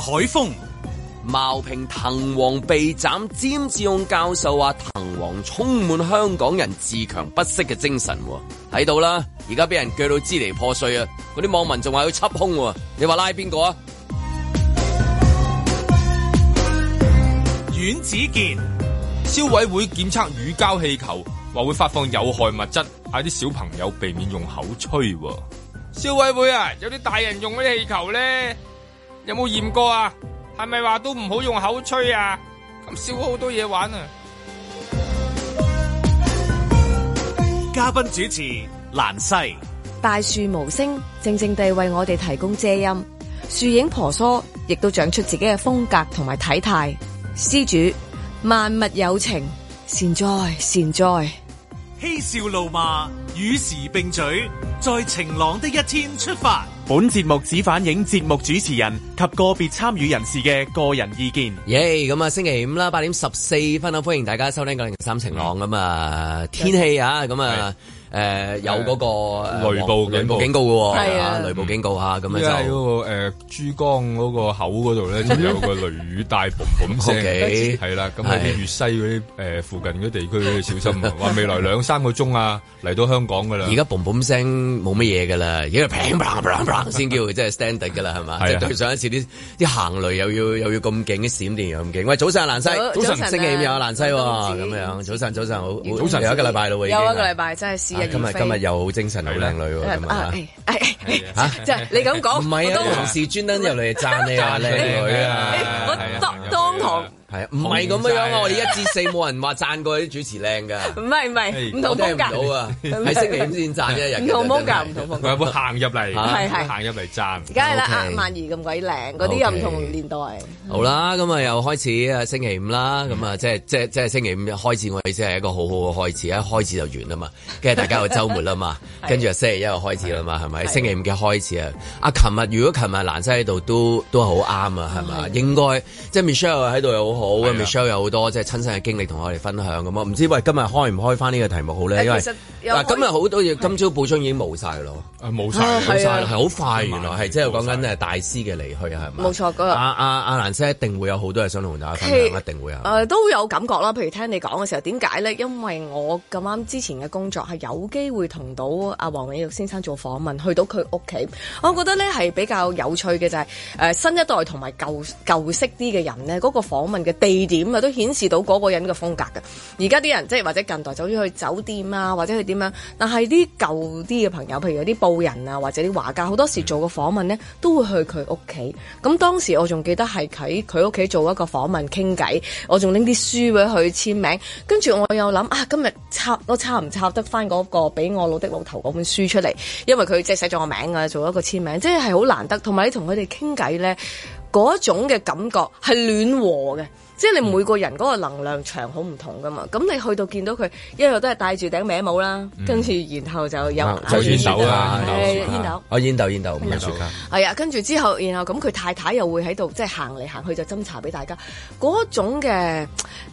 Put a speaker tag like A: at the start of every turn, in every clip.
A: 海峰。
B: 茅坪藤王被斬，詹志勇教授話藤王充滿香港人自強不息嘅精神喎，睇到啦，而家俾人鋸到支離破碎啊！嗰啲網民仲話要緝兇喎，你話拉邊個啊？
A: 阮子健、
C: 消委會檢測乳膠氣球，話會發放有害物質，嗌啲小朋友避免用口吹喎。消委會啊，有啲大人用嗰啲氣球咧，有冇驗過啊？係咪話都唔好用口吹啊？咁少好多嘢玩啊！
A: 嘉賓主持蘭西，
D: 大樹無聲，靜靜地為我哋提供遮陰；樹影婆娑，亦都長出自己嘅風格同埋體態。施主，萬物有情，善哉善哉。
A: 嬉笑怒罵，與時並舉，在晴朗的一天出發。
E: 本節目只反映節目主持人及個別參與人士嘅個人意見。
B: 耶！咁啊，星期五啦，八點十四分啊，歡迎大家收聽九零三晴朗咁啊，天氣啊，咁啊。誒有嗰個
C: 雷暴
B: 雷暴警告嘅喎，啊雷暴警告嚇，咁
C: 依家
B: 啊
C: 喺
B: 就
C: 嗰個誒珠江嗰個口嗰度 咧，就有個雷雨大嘭嘭
B: OK
C: 聲，係啦。咁喺啲粵西嗰啲誒呃附近嗰啲地區小 心啊！話未來兩三個鐘啊，嚟到香港噶啦
B: 而。家嘣嘣聲冇乜嘢㗎啦，而家砰砰砰砰先叫即係 standard 㗎啦，係嘛？
C: 係啊
B: 即係對上一次啲啲行雷又要又要咁勁，啲閃電又咁勁。喂，早晨啊蘭西，
D: 早早晨啊
B: 星期五有蘭西喎，
D: 早晨
B: 咁樣早晨早晨好，好
C: 早晨
B: 有一個禮拜咯喎，已經
D: 有一個禮拜真係是
B: 啊
D: 日
B: 今日今日又好精神好靚女喎，咁啊
D: 啊，。誒誒誒即係你咁講，
B: 唔係啊，
D: 啊我
B: 有同事專登入嚟讚你啊，靚女啊！
D: 我 當當堂
B: 係啊，唔係咁樣啊！我哋一至四冇人話讚過啲主持靚㗎。
D: 都唔係唔係唔同
B: 我聽
D: 風
B: 唔到
D: 格，
B: 啊，喺星期五先讚一日嘅啫。
D: 唔同風
B: 真係
D: 格，唔同風
C: 佢有
D: 格。
C: 冇行入嚟？
D: 係係
C: 行入嚟站。
D: 梗係啦，
B: OK
D: 阿曼兒咁鬼靚，嗰啲又唔同年代。
B: 好啦，咁啊又開始啊星期五啦，咁啊即係即係即係星期五開始，我意思係一個好好嘅開始，一啊開始就完啦嘛，跟住大家有週末啦嘛，跟住就星期一就開始啦嘛，係咪？星期五嘅開始啊，啊琴日如果琴日蘭西喺度都都好啱啊，係嘛？應該即係 Michelle 喺度又好好啊，Michelle 有好多即係親身嘅經歷同我哋分享咁啊，唔知喂今日開唔開翻呢個題目好咧？因為
D: 誒其實有
B: 嗱今日好多嘢，今朝報章已經冇晒咯。
C: 啊冇
D: 啊
C: 晒。
B: 冇
D: 係
B: 晒啦，係好快，原來係即係講緊誒大師嘅離去係咪？
D: 冇錯嗰日
B: 阿阿阿啊蘭姐一定會有好多嘢想同大家分享，一定會有
D: 誒、。呃都有感覺啦。譬如聽你講嘅時候，點解咧？因為我咁啱之前嘅工作係有機會同到阿黃永玉先生做訪問，去到佢屋企，我覺得咧係比較有趣嘅就係、誒新一代同埋舊舊式啲嘅人咧，嗰、個訪問嘅地點啊，都顯示到嗰個人嘅風格嘅。而家啲人即係或者近代走咗去酒店啊，或者去點樣，但係啲舊啲嘅朋友，譬如有啲報人啊，或者啲畫家，好多時做個訪問咧，都會去佢屋企。咁當時我仲記得係喺佢屋企做一個訪問傾偈，我仲拎啲書俾佢簽名，跟住我又諗啊，今日插我插唔插得翻嗰個俾我老的老頭嗰本書出嚟，因為佢即係寫咗我名啊，做一個簽名，即係好難得。同埋你同佢哋傾偈咧，嗰一種嘅感覺係暖和嘅。即係你每個人嗰個能量場好唔同噶嘛，咁你去到見到佢一路都係戴住頂歪帽啦，跟住然後就有
C: 嗯啊就煙斗啊
D: 係
C: 煙斗
D: 煙斗。
B: 哦，煙斗煙斗唔係雪茄。
D: 係啊，跟住之後，然後咁佢太太又會喺度即係行嚟行去就斟茶俾大家，嗰種嘅誒、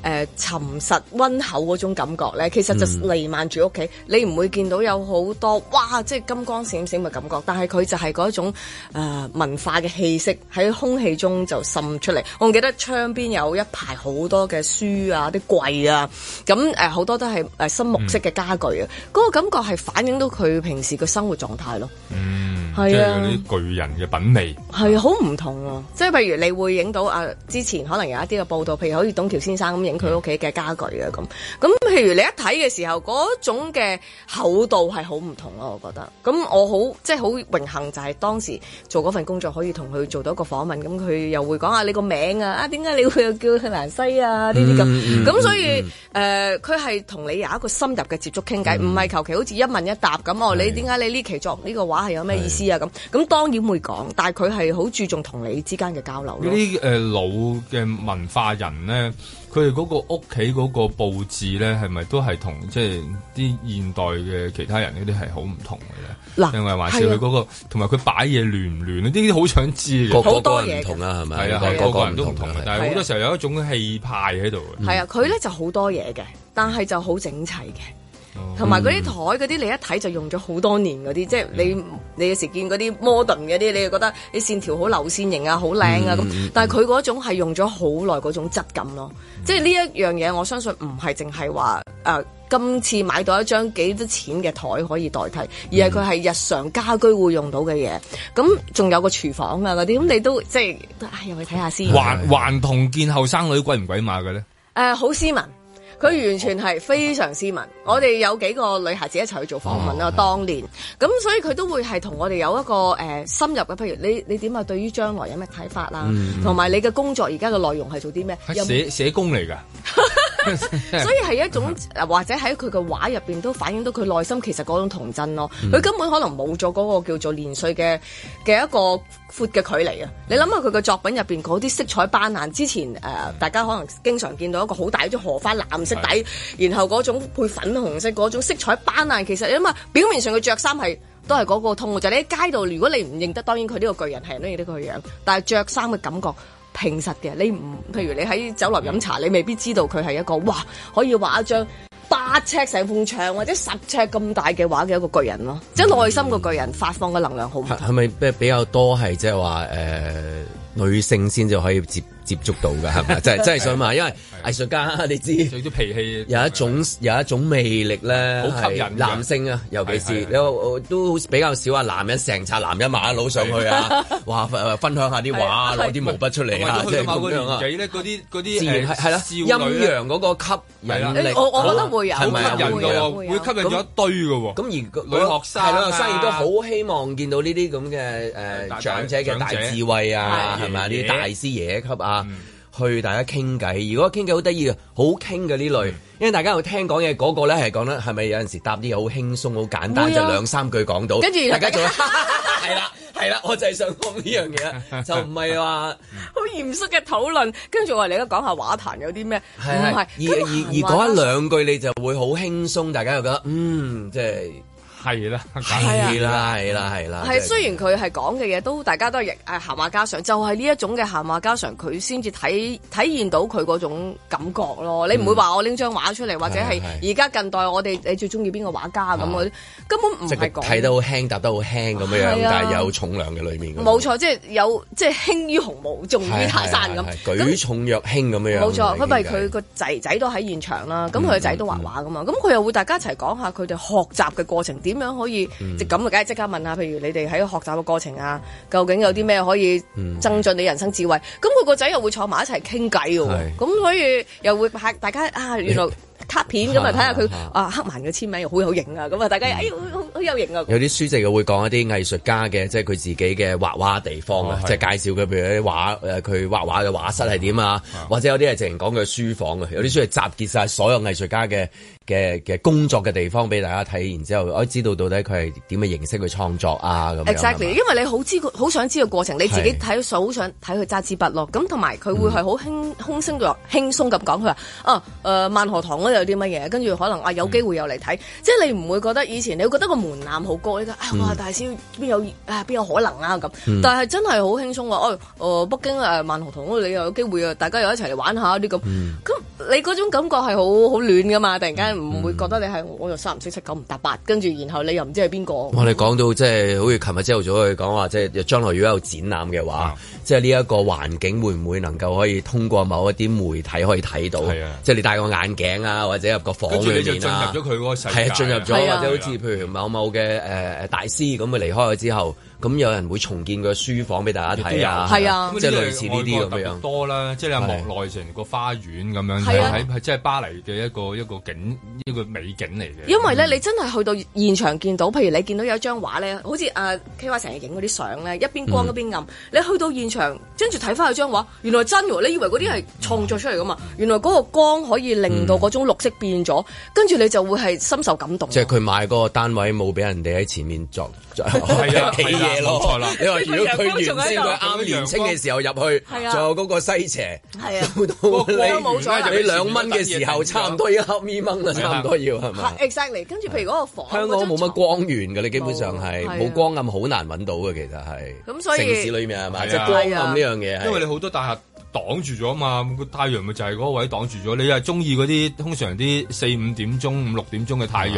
D: 呃沉實温厚嗰種感覺咧，其實就瀰漫住屋企，你唔會見到有好多哇，即係金光閃閃嘅感覺，但係佢就係嗰種、呃、文化嘅氣息喺空氣中就滲出嚟。我仲記得窗邊有一排好多嘅書啊、啲櫃啊，咁誒好多都係誒深木色嘅家具啊，嗰、個感覺係反映到佢平時嘅生活狀態咯。
C: 嗯，
D: 係啊
C: 即係嗰啲巨人嘅品味。
D: 係啊好唔同喎、即係譬如你會影到啊，之前可能有一啲嘅報道，譬如好似董橋先生咁影佢屋企嘅家具啊咁。咁譬如你一睇嘅時候，嗰種嘅厚度係好唔同咯，我覺得。咁我好即係好榮幸，就係當時做嗰份工作可以同佢做到一個訪問，咁佢又會講下你個名啊，啊點解你會叫蘭西啊呢啲咁。咁所以誒，佢係同你有一個深入嘅接觸傾偈，唔係求其好似一問一答咁哦。你點解你呢期作呢個畫係有咩意思啊？咁咁當然會講，但係佢係好注重同你之間嘅交流
C: 嗰
D: 咯。
C: 啲誒老嘅文化人咧，佢哋嗰個屋企嗰個佈置咧，係咪都係同即係啲現代嘅其他人嗰啲係好唔同嘅咧？
D: 嗱
C: 因為還是佢嗰個同埋佢擺嘢亂唔亂呢啲好想知
B: 個
C: 嘅。
B: 個
D: 好
B: 個
D: 多
B: 人
D: 嘢
B: 唔同啊，係咪？
C: 係啊，係個個人都唔同嘅，但係好多時候有一種氣派喺度嘅。
D: 係啊，佢咧就好多嘢嘅，但係就好整齊嘅。同埋嗰啲台嗰啲，你一睇就用咗好多年嗰啲，即係你你有時見嗰啲 modern 嗰啲，你就覺得你線條好流線型啊，好靚啊咁。但係佢嗰種係用咗好耐嗰種質感咯，即係呢一樣嘢，我相信唔係淨係話誒今次買到一張幾多錢嘅台可以代替，而係佢係日常家居會用到嘅嘢。咁仲有個廚房啊嗰啲，咁你都即係都唉入去睇下先。
C: 還還同見後生女鬼唔鬼馬嘅咧？
D: 誒呃好、斯文，佢完全係非常斯文。我哋有幾個女孩子一齊去做訪問啦，當年咁，所以佢都會係同我哋有一個誒、呃深入嘅，譬如你你點啊？對於將來有咩睇法啦，同埋、你嘅工作而家嘅內容係做啲咩？有
C: 社社工嚟㗎，
D: 所以係一種呃或者喺佢嘅畫入邊都反映到佢內心其實嗰種童真咯。佢根本可能冇咗嗰個叫做年歲嘅嘅一個闊嘅距離啊！你諗下佢嘅作品入邊嗰啲色彩斑斕，之前誒、呃大家可能經常見到一個好大一種荷花藍色底，然後嗰種配粉紅色嗰種色彩斑斕，其實你諗下表面上佢着衫係。都係嗰個通嘅，就係你喺街度，如果你唔認得，當然佢呢個巨人係人都認得佢個樣，但係着衫嘅感覺平實嘅，你唔譬如你喺酒樓飲茶，你未必知道佢係一個哇可以畫一張八尺成埲牆或者十尺咁大嘅畫嘅一個巨人咯，即係內心個巨人發放嘅能量好唔同。
B: 係咪比比較多係即係話誒女性先至可以接接觸到㗎係咪？即係真係想問，因為藝術家你知。
C: 有啲脾氣，
B: 有一種有一種魅力咧，
C: 啊好吸引
B: 係男性啊，尤其是
C: 係係係
B: 你話我都比較少啊，男人成扎男人馬佬上去啊，哇，分分享下啲畫啊，攞啲毛筆出嚟啊，
C: 或
B: 即
C: 者
B: 係
C: 去到某個
B: 咁
C: 年
B: 樣啊。
C: 紀咧，嗰啲嗰啲
B: 自然係係啦，
C: 少女啊
B: 陰陽嗰個吸引力，
D: 誒我我覺得會有
B: 係咪
C: 好
B: 啊
C: 吸引
B: 會
C: 㗎
B: 有
C: 喎，
D: 會
C: 會
D: 有
C: 吸引咗一堆㗎喎。
B: 咁而個
C: 女學生啊
B: 係女學生亦都好希望見到呢啲咁嘅誒
C: 大
B: 長者嘅
C: 長者
B: 大智慧啊，
C: 係
B: 係咪啊
C: 爺
B: 呢
C: 爺
B: 啲大師爺級啊
C: 嗯，
B: 去大家傾偈。如果傾偈好得意嘅，好傾嘅呢類，因為大家有聽講嘢嗰個咧係講得係咪有陣時答啲嘢好輕鬆好簡單，
D: 會啊
B: 就兩三句講到，
D: 跟住
B: 大家就 係啦係啦，我就係想講呢樣嘢啦，就唔係話。
D: 好嚴肅嘅討論，跟住我話你而家講下畫壇有啲咩？唔啊
B: 係係，而而而嗰一兩句你就會好輕鬆，大家又覺得嗯，即係
C: 係啦，
B: 係啦，係啦，係啦。
D: 係，
B: 即係
D: 雖然佢係講嘅嘢都大家都係誒閒話家常，就係呢一種嘅閒話家常，佢先至體體現到佢嗰種感覺咯。你唔會話我拎張畫出嚟，或者係
B: 係
D: 而家近代我哋你最中意邊個畫家咁嗰啲，根本唔
B: 即
D: 係
B: 係佢睇
D: 講
B: 得。好輕，搭得好輕咁樣樣
D: 係啊，
B: 但係有重量嘅裡面。
D: 冇，錯，即係有即係輕於鴻毛，重於
B: 係
D: 泰山咁。
B: 係係
D: 咁
B: 舉重若輕咁樣樣。
D: 冇錯，
B: 係嗯
D: 因為佢個仔仔都喺現場啦，咁佢個仔都畫畫噶嘛，咁佢又會大家一齊講下佢哋學習嘅過程，點樣可以
B: 嗯
D: 即咁啊？梗係即刻問下，譬如你哋喺學習嘅過程啊，究竟有啲咩可以
B: 嗯
D: 增進你人生智慧？咁佢個仔又會坐埋一齊傾偈嘅喎，
B: 係
D: 咁所以又會拍大家啊，原來卡片咁啊，睇下佢啊黑曼嘅簽名又好有型啊，咁啊大家哎好好好有型啊！
B: 有啲書籍會講一啲藝術家嘅，即係佢自己嘅畫畫地方啊
C: 哦，係
B: 即係介紹佢，譬如啲畫誒佢畫畫嘅畫室係點啊，或者有啲係直情講佢書房啊，有啲書係集結晒所有藝術家嘅嘅嘅工作嘅地方俾大家睇，然之後哎我知道到底佢係點嘅形式去創作啊咁樣。
D: exactly，因為你好知個好想知個過程，你自己睇好想睇佢揸支筆咯。咁同埋佢
B: 嗯
D: 會係好輕輕鬆咁輕鬆咁講，佢話啊誒、呃萬河堂嗰度有啲乜嘢，跟住可能啊有機會又嚟
B: 嗯
D: 睇，即係你唔會覺得以前你會覺得個門檻好高，你覺得啊哇大師邊有啊邊有可能啊咁，
B: 嗯
D: 但係真係好輕鬆話哦哦北京誒萬河堂嗰度你又有機會啊，大家又一齊嚟玩下啲咁，咁、
B: 嗯
D: 你嗰種感覺係好好暖噶嘛，突然間唔
B: 嗯
D: 會覺得你係我又三唔識七九唔搭八，跟住然後你又唔知係邊個。
B: 我哋講到即係好似琴日朝頭早佢講話，即係將來如果有展覽嘅
C: 啊
B: 話，即係呢一個環境會唔會能夠可以通過某一啲媒體可以睇到？
C: 係啊
B: 即係你戴個眼鏡啊，或者入個房
C: 跟住你
B: 裏
C: 就進
B: 面啊，
C: 入咗佢嗰個世界，
B: 係啊，進入咗
D: 係啊
B: 或者好似譬如某某嘅誒誒大師咁佢離開咗之後，咁有人會重建佢嘅書房俾大家睇啊，
D: 亦都有係啊
B: 即係類似呢啲咁
C: 樣
B: 樣。
C: 多啦，即係你話
B: 係
C: 莫內成個花園咁樣，
D: 係啊
C: 喺喺即係巴黎嘅一個一個景一個美景嚟嘅。
D: 因為咧，你真係去到現場見到，譬如你見到有一張畫咧，好似誒 K Y 成日影嗰啲相咧，一邊光一邊暗。你去到現場，跟住睇翻佢張畫，原來真
B: 嗯
D: 喎！你以為嗰啲係創作出嚟噶嘛？原來嗰個光可以令到嗰種綠色變咗，跟住你就會係深受感動。
C: 哦
B: 即係佢買嗰個單位冇俾人哋喺前面作 作
C: 啊
B: 起嘢
C: 冇錯
B: 咯
C: 啦。
B: 你話如果
D: 呢個陽
B: 佢
D: 光
B: 原先
D: 仲喺度
B: 佢啱年青嘅時候入去
D: 係，啊
B: 仲有嗰個西斜，
D: 係 啊
B: 到到
D: 光冇咗啦
B: 你你兩蚊嘅時候，
C: 啊
B: 差唔多一粒咪蚊啦，差唔多要係咪？
D: 係 exactly。跟住譬如嗰個房，
B: 香港冇乜光源嘅，你基本上係
D: 冇係啊
B: 冇光暗，好難揾到嘅，其實係。
D: 咁所以
B: 城市裏面係
C: 係啊
B: 咪？即係光暗呢樣嘢係，
C: 因為你好多大廈擋住咗啊嘛，咁個太陽咪就係嗰個位擋住咗。你又中意嗰啲通常啲四五點鐘、五六點鐘嘅太陽，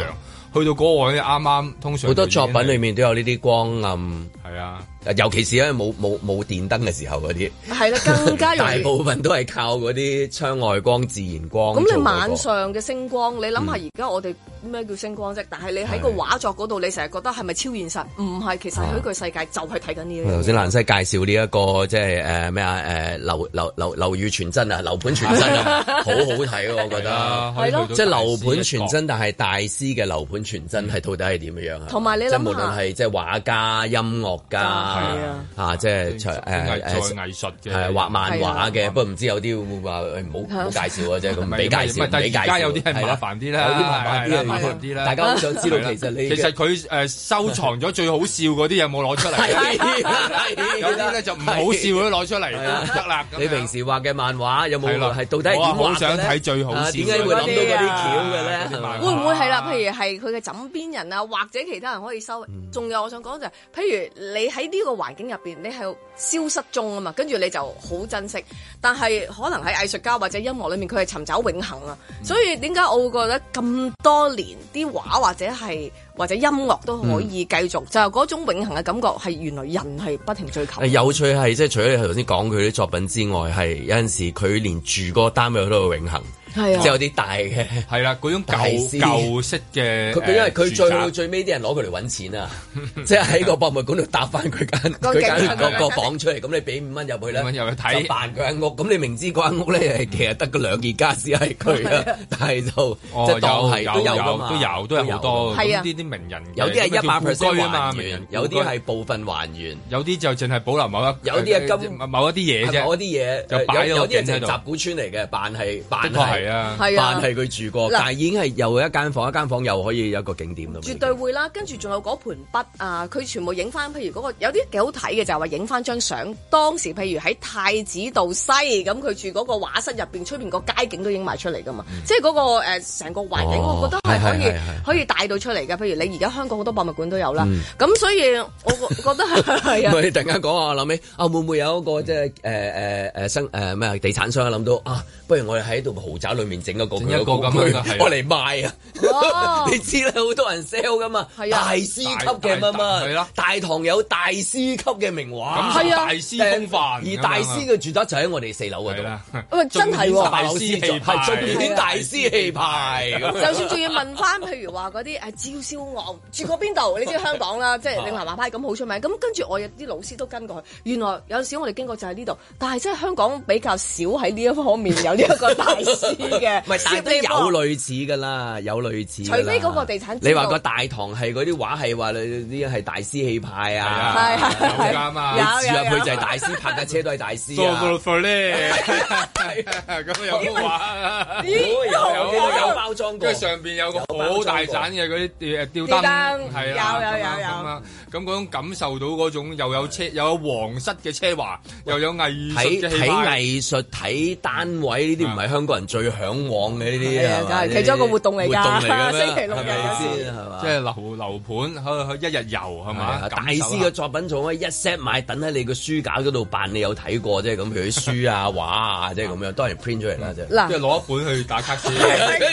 C: 去到嗰個位啱啱通常
B: 啊好多作品裏
C: 裏
B: 面都有呢啲光暗，
C: 係啊，
B: 尤其是因為冇冇冇電燈嘅時候嗰啲，
D: 係啦，更加容
B: 大
D: 易。
B: 部分都係靠嗰啲窗外光、自然光做嗰個。嗯
D: 咁你晚上嘅星光，你諗下而家我哋咩叫星光啫？但係你喺個畫作嗰度，你成日覺得係咪超現實？唔係，其實喺佢世界就係睇緊呢樣嘢。
B: 頭先蘭西介紹呢、一個即係誒咩啊誒樓樓樓樓宇傳真啊，樓盤傳 真啊，好好睇喎，我覺
C: 係
B: 得。
C: 啊，可以去到
B: 即係
C: 大師
B: 樓盤
C: 一角嗯
B: 傳真，但係大師嘅樓盤傳真係到底係點樣啊？
D: 同埋你諗
B: 即
D: 下
B: 係無論係即係畫家、音樂家
D: 係
B: 啊
D: 啊，
B: 即係
C: 藝術藝
B: 誒誒。
C: 術嘅
B: 係畫漫畫
C: 係
B: 嘅，
C: 啊
B: 不過唔知有啲會唔會話誒唔好唔好介紹啊，即係咁
C: 唔
B: 唔
C: 係
B: 俾介
C: 唔係
B: 紹，
C: 但
B: 唔俾介
C: 係而
B: 紹
C: 家有啲係麻煩啲啦
B: 有啲麻
C: 係
B: 煩啲啊
C: 啦麻煩啲啦
B: 大家都想知道
C: 係啦
B: 其實你
C: 其實佢誒收藏咗最好笑嗰啲有冇攞出
B: 啊
C: 嚟？ 有啲咧就唔好笑嗰啲攞出嚟
B: 係啊
C: 就得啦。咁樣
B: 你平時畫嘅漫畫有冇
C: 係啦
B: 係到底係點
C: 我啊好
B: 畫嘅
C: 想
B: 咧
C: 睇最好
B: 啊
C: 笑
B: 點解會諗到嗰啲橋嘅
C: 啊嗰啲
B: 咧？
C: 漫
B: 係嘛
C: 畫
D: 會唔會係啦？譬如係佢嘅枕邊人啊，或者其他人可以收。仲、有我想講就係、譬如你喺呢個環境入邊，你係消失中啊嘛，跟住你就好珍惜。但係可能喺藝術家或者音樂裏面，佢係尋找永恆啊。所以點解我會覺得咁多年啲畫或者係或者音樂都可以繼續，就係嗰種永恆嘅感覺係原來人係不停追求
B: 誒。有趣係即係除咗你頭先講佢啲作品之外，係有陣時佢連住嗰個單位佢都會永恆，
D: 係啊
C: 啊
B: 即係有啲大嘅。
C: 係啦，嗰種
B: 大師
C: 舊舊式嘅
B: 佢佢因
C: 誒
B: 為佢
C: 住
B: 最
C: 宅
B: 後最尾啲人攞佢嚟揾錢啊， 即係喺個博物館度搭翻佢間
D: 個景
B: 佢間
D: 出
B: 個
D: 嚟
B: 個房出嚟，咁你俾五蚊入去咧，
C: 五蚊入去睇
B: 就扮佢間屋。咁你明知嗰間屋咧
C: 嗯
B: 係其實得嗰兩件家私係 佢啊，但係就
C: 哦
B: 即係當係都
C: 有
B: 有㗎
C: 有
B: 嘛
C: 都有都有好多
D: 㗎嘛係啊
C: 呢啲名人嘅，
B: 有啲係一百
C: 叫故
B: percent
C: 居啊嘛，
B: 還
C: 名人
B: 原
C: 故，居
B: 有啲係部分還原。
C: 有啲就淨係保留某一呃
B: 有啲係金
C: 某一啲嘢
B: 係咪
C: 啫，
B: 嗰啲
C: 就
B: 嘢，
C: 擺
B: 呃
C: 咗
B: 有
C: 個
B: 有啲
C: 景喺
B: 係
C: 度
B: 集古村嚟嘅，扮係
C: 的
B: 扮
C: 確係啊，
D: 係啊
B: 扮。係佢住過，
D: 嗱
B: 但係已經係又一間房，一間房又可以有一個景點咁樣。
D: 絕對會啦，跟住仲有嗰盤筆啊，佢全部影翻，譬如嗰、個有啲幾好睇嘅就係話影翻張相，當時譬如喺太子道西咁，佢住嗰個畫室入邊，出邊個街景都影埋出嚟噶嘛，即係嗰、個誒成、個環境，
B: 哦
D: 我覺得係可
B: 嗯係係係
D: 以
B: 係嗯
D: 可以帶到出嚟嘅。譬如你而家香港好多博物館都有啦，咁、所以我覺覺得係
B: 唔係
D: 啊，
B: 你突然間講啊，我諗起啊，會唔會有一個即係誒誒誒生誒咩啊地產商諗到啊，不如我哋喺度豪宅裏面整一個
C: 整一個
B: 佢
C: 咁樣
B: 嘅
C: 嘅
B: 區
C: 係啊
B: 我嚟賣啊！
D: 哦
B: 你知啦，好多人 sell 噶嘛，
D: 係啊
B: 大師級嘅乜
C: 大大係
B: 乜
C: 啦，
B: 大堂有大師級嘅名畫，
C: 咁就
D: 係啊
C: 大師風範，啊
B: 而大師嘅住宅就喺我哋四樓嗰
C: 係
B: 度。
C: 啦，
D: 喂真係喎
B: 大師氣派，
C: 係
B: 重點大師氣派咁樣
D: 就算仲要問翻，譬如話嗰啲誒照燒鵝住過邊度？你知香港 啦，
B: 啊
D: 即係嶺南畫派咁好出名。咁跟住我有啲老師都跟過去，原來有時我哋經過就係呢度，但係真係香港比較少喺呢一方面有呢一個大師嘅
B: 。唔係，但係都
D: 攝
B: 有
D: 理噃
B: 類似㗎啦，有類似㗎啦。
D: 除非嗰個地產知道
B: 你話個大堂係嗰啲畫係話你啲係大師氣派
C: 係
B: 啊，
C: 啊
D: 係係
C: 有㗎嘛
B: 你
D: 有
B: 自入去就係啊大師，拍架車都係大師啊。
C: 做咧， 咁有幅畫，
B: 有
D: 咦
B: 有有有
D: 有啊
B: 包裝過
C: 跟住，上邊有個好大盞嘅嗰啲誒吊
D: 吊
C: 燈，
D: 燈
C: 係啦，
D: 有有
C: 咁樣
D: 有有
C: 咁啊，咁嗰種感受到嗰種又有車又有皇室嘅奢華，又有藝
B: 睇
C: 術嘅
B: 睇
C: 氣派，
B: 藝術睇單位呢啲唔係香港人最向往嘅呢啲
D: 係啊
B: 係嘛
D: 梗係其中一個活動嚟㗎
B: 活動嚟㗎咩
D: 星期六
B: 係
D: 日
B: 咪
D: 有時
B: 先係嘛
C: 即？係樓樓盤去去一日遊係嘛，
B: 大
C: 感受
B: 師
C: 下
B: 嘅作品仲可以一 set 買，等喺你個書架嗰度扮你有睇過啫。咁譬如啲書啊、畫啊，即係咁樣，當然 print 出嚟啦，即係。
D: 嗱
C: 即係攞一本去打 卡先。
D: 哎
B: 又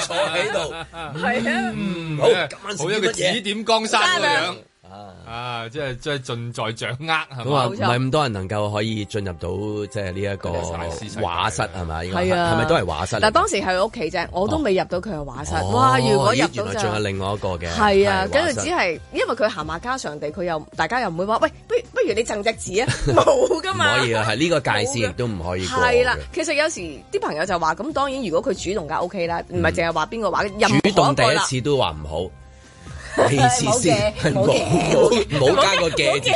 B: 坐喺度，
D: 係啊，
C: 嗯
B: 好今晚食
C: 好
B: 啲
C: 一個
B: 乜嘢
C: 指點江山咁
D: 山
C: 樣啊！即係即係盡在掌握係
B: 咁啊，
C: 嘛？
B: 唔係咁多人能夠可以進入到即係呢一個
C: 佢哋大師世界
B: 畫室係咪？應該
D: 係啊，
B: 係咪都係畫室嚟㗎？
D: 嗱，當時係佢屋企啫，我都未入到佢嘅畫室。
B: 哦
D: 哇！如果
B: 咦
D: 入到
B: 原來
D: 就
B: 仲有另外一個嘅，
D: 係啊，跟住
B: 畫室
D: 只係因為佢行下家常地，佢又大家又唔會話喂，不如不如你贈隻字 啊，冇噶
B: 唔
D: 嘛。
B: 可以啊，係呢個界線亦都唔可以過嘅。
D: 係啦，其實有時啲朋友就話，咁當然如果佢主動梗係 O K 啦，唔係淨係話邊個話，任何
B: 嗯主
D: 一個
B: 動第一
D: 啦
B: 次都 話唔好，第二次先
D: 冇嘅
B: 冇
D: 冇嘅
B: 冇冇加個嘅字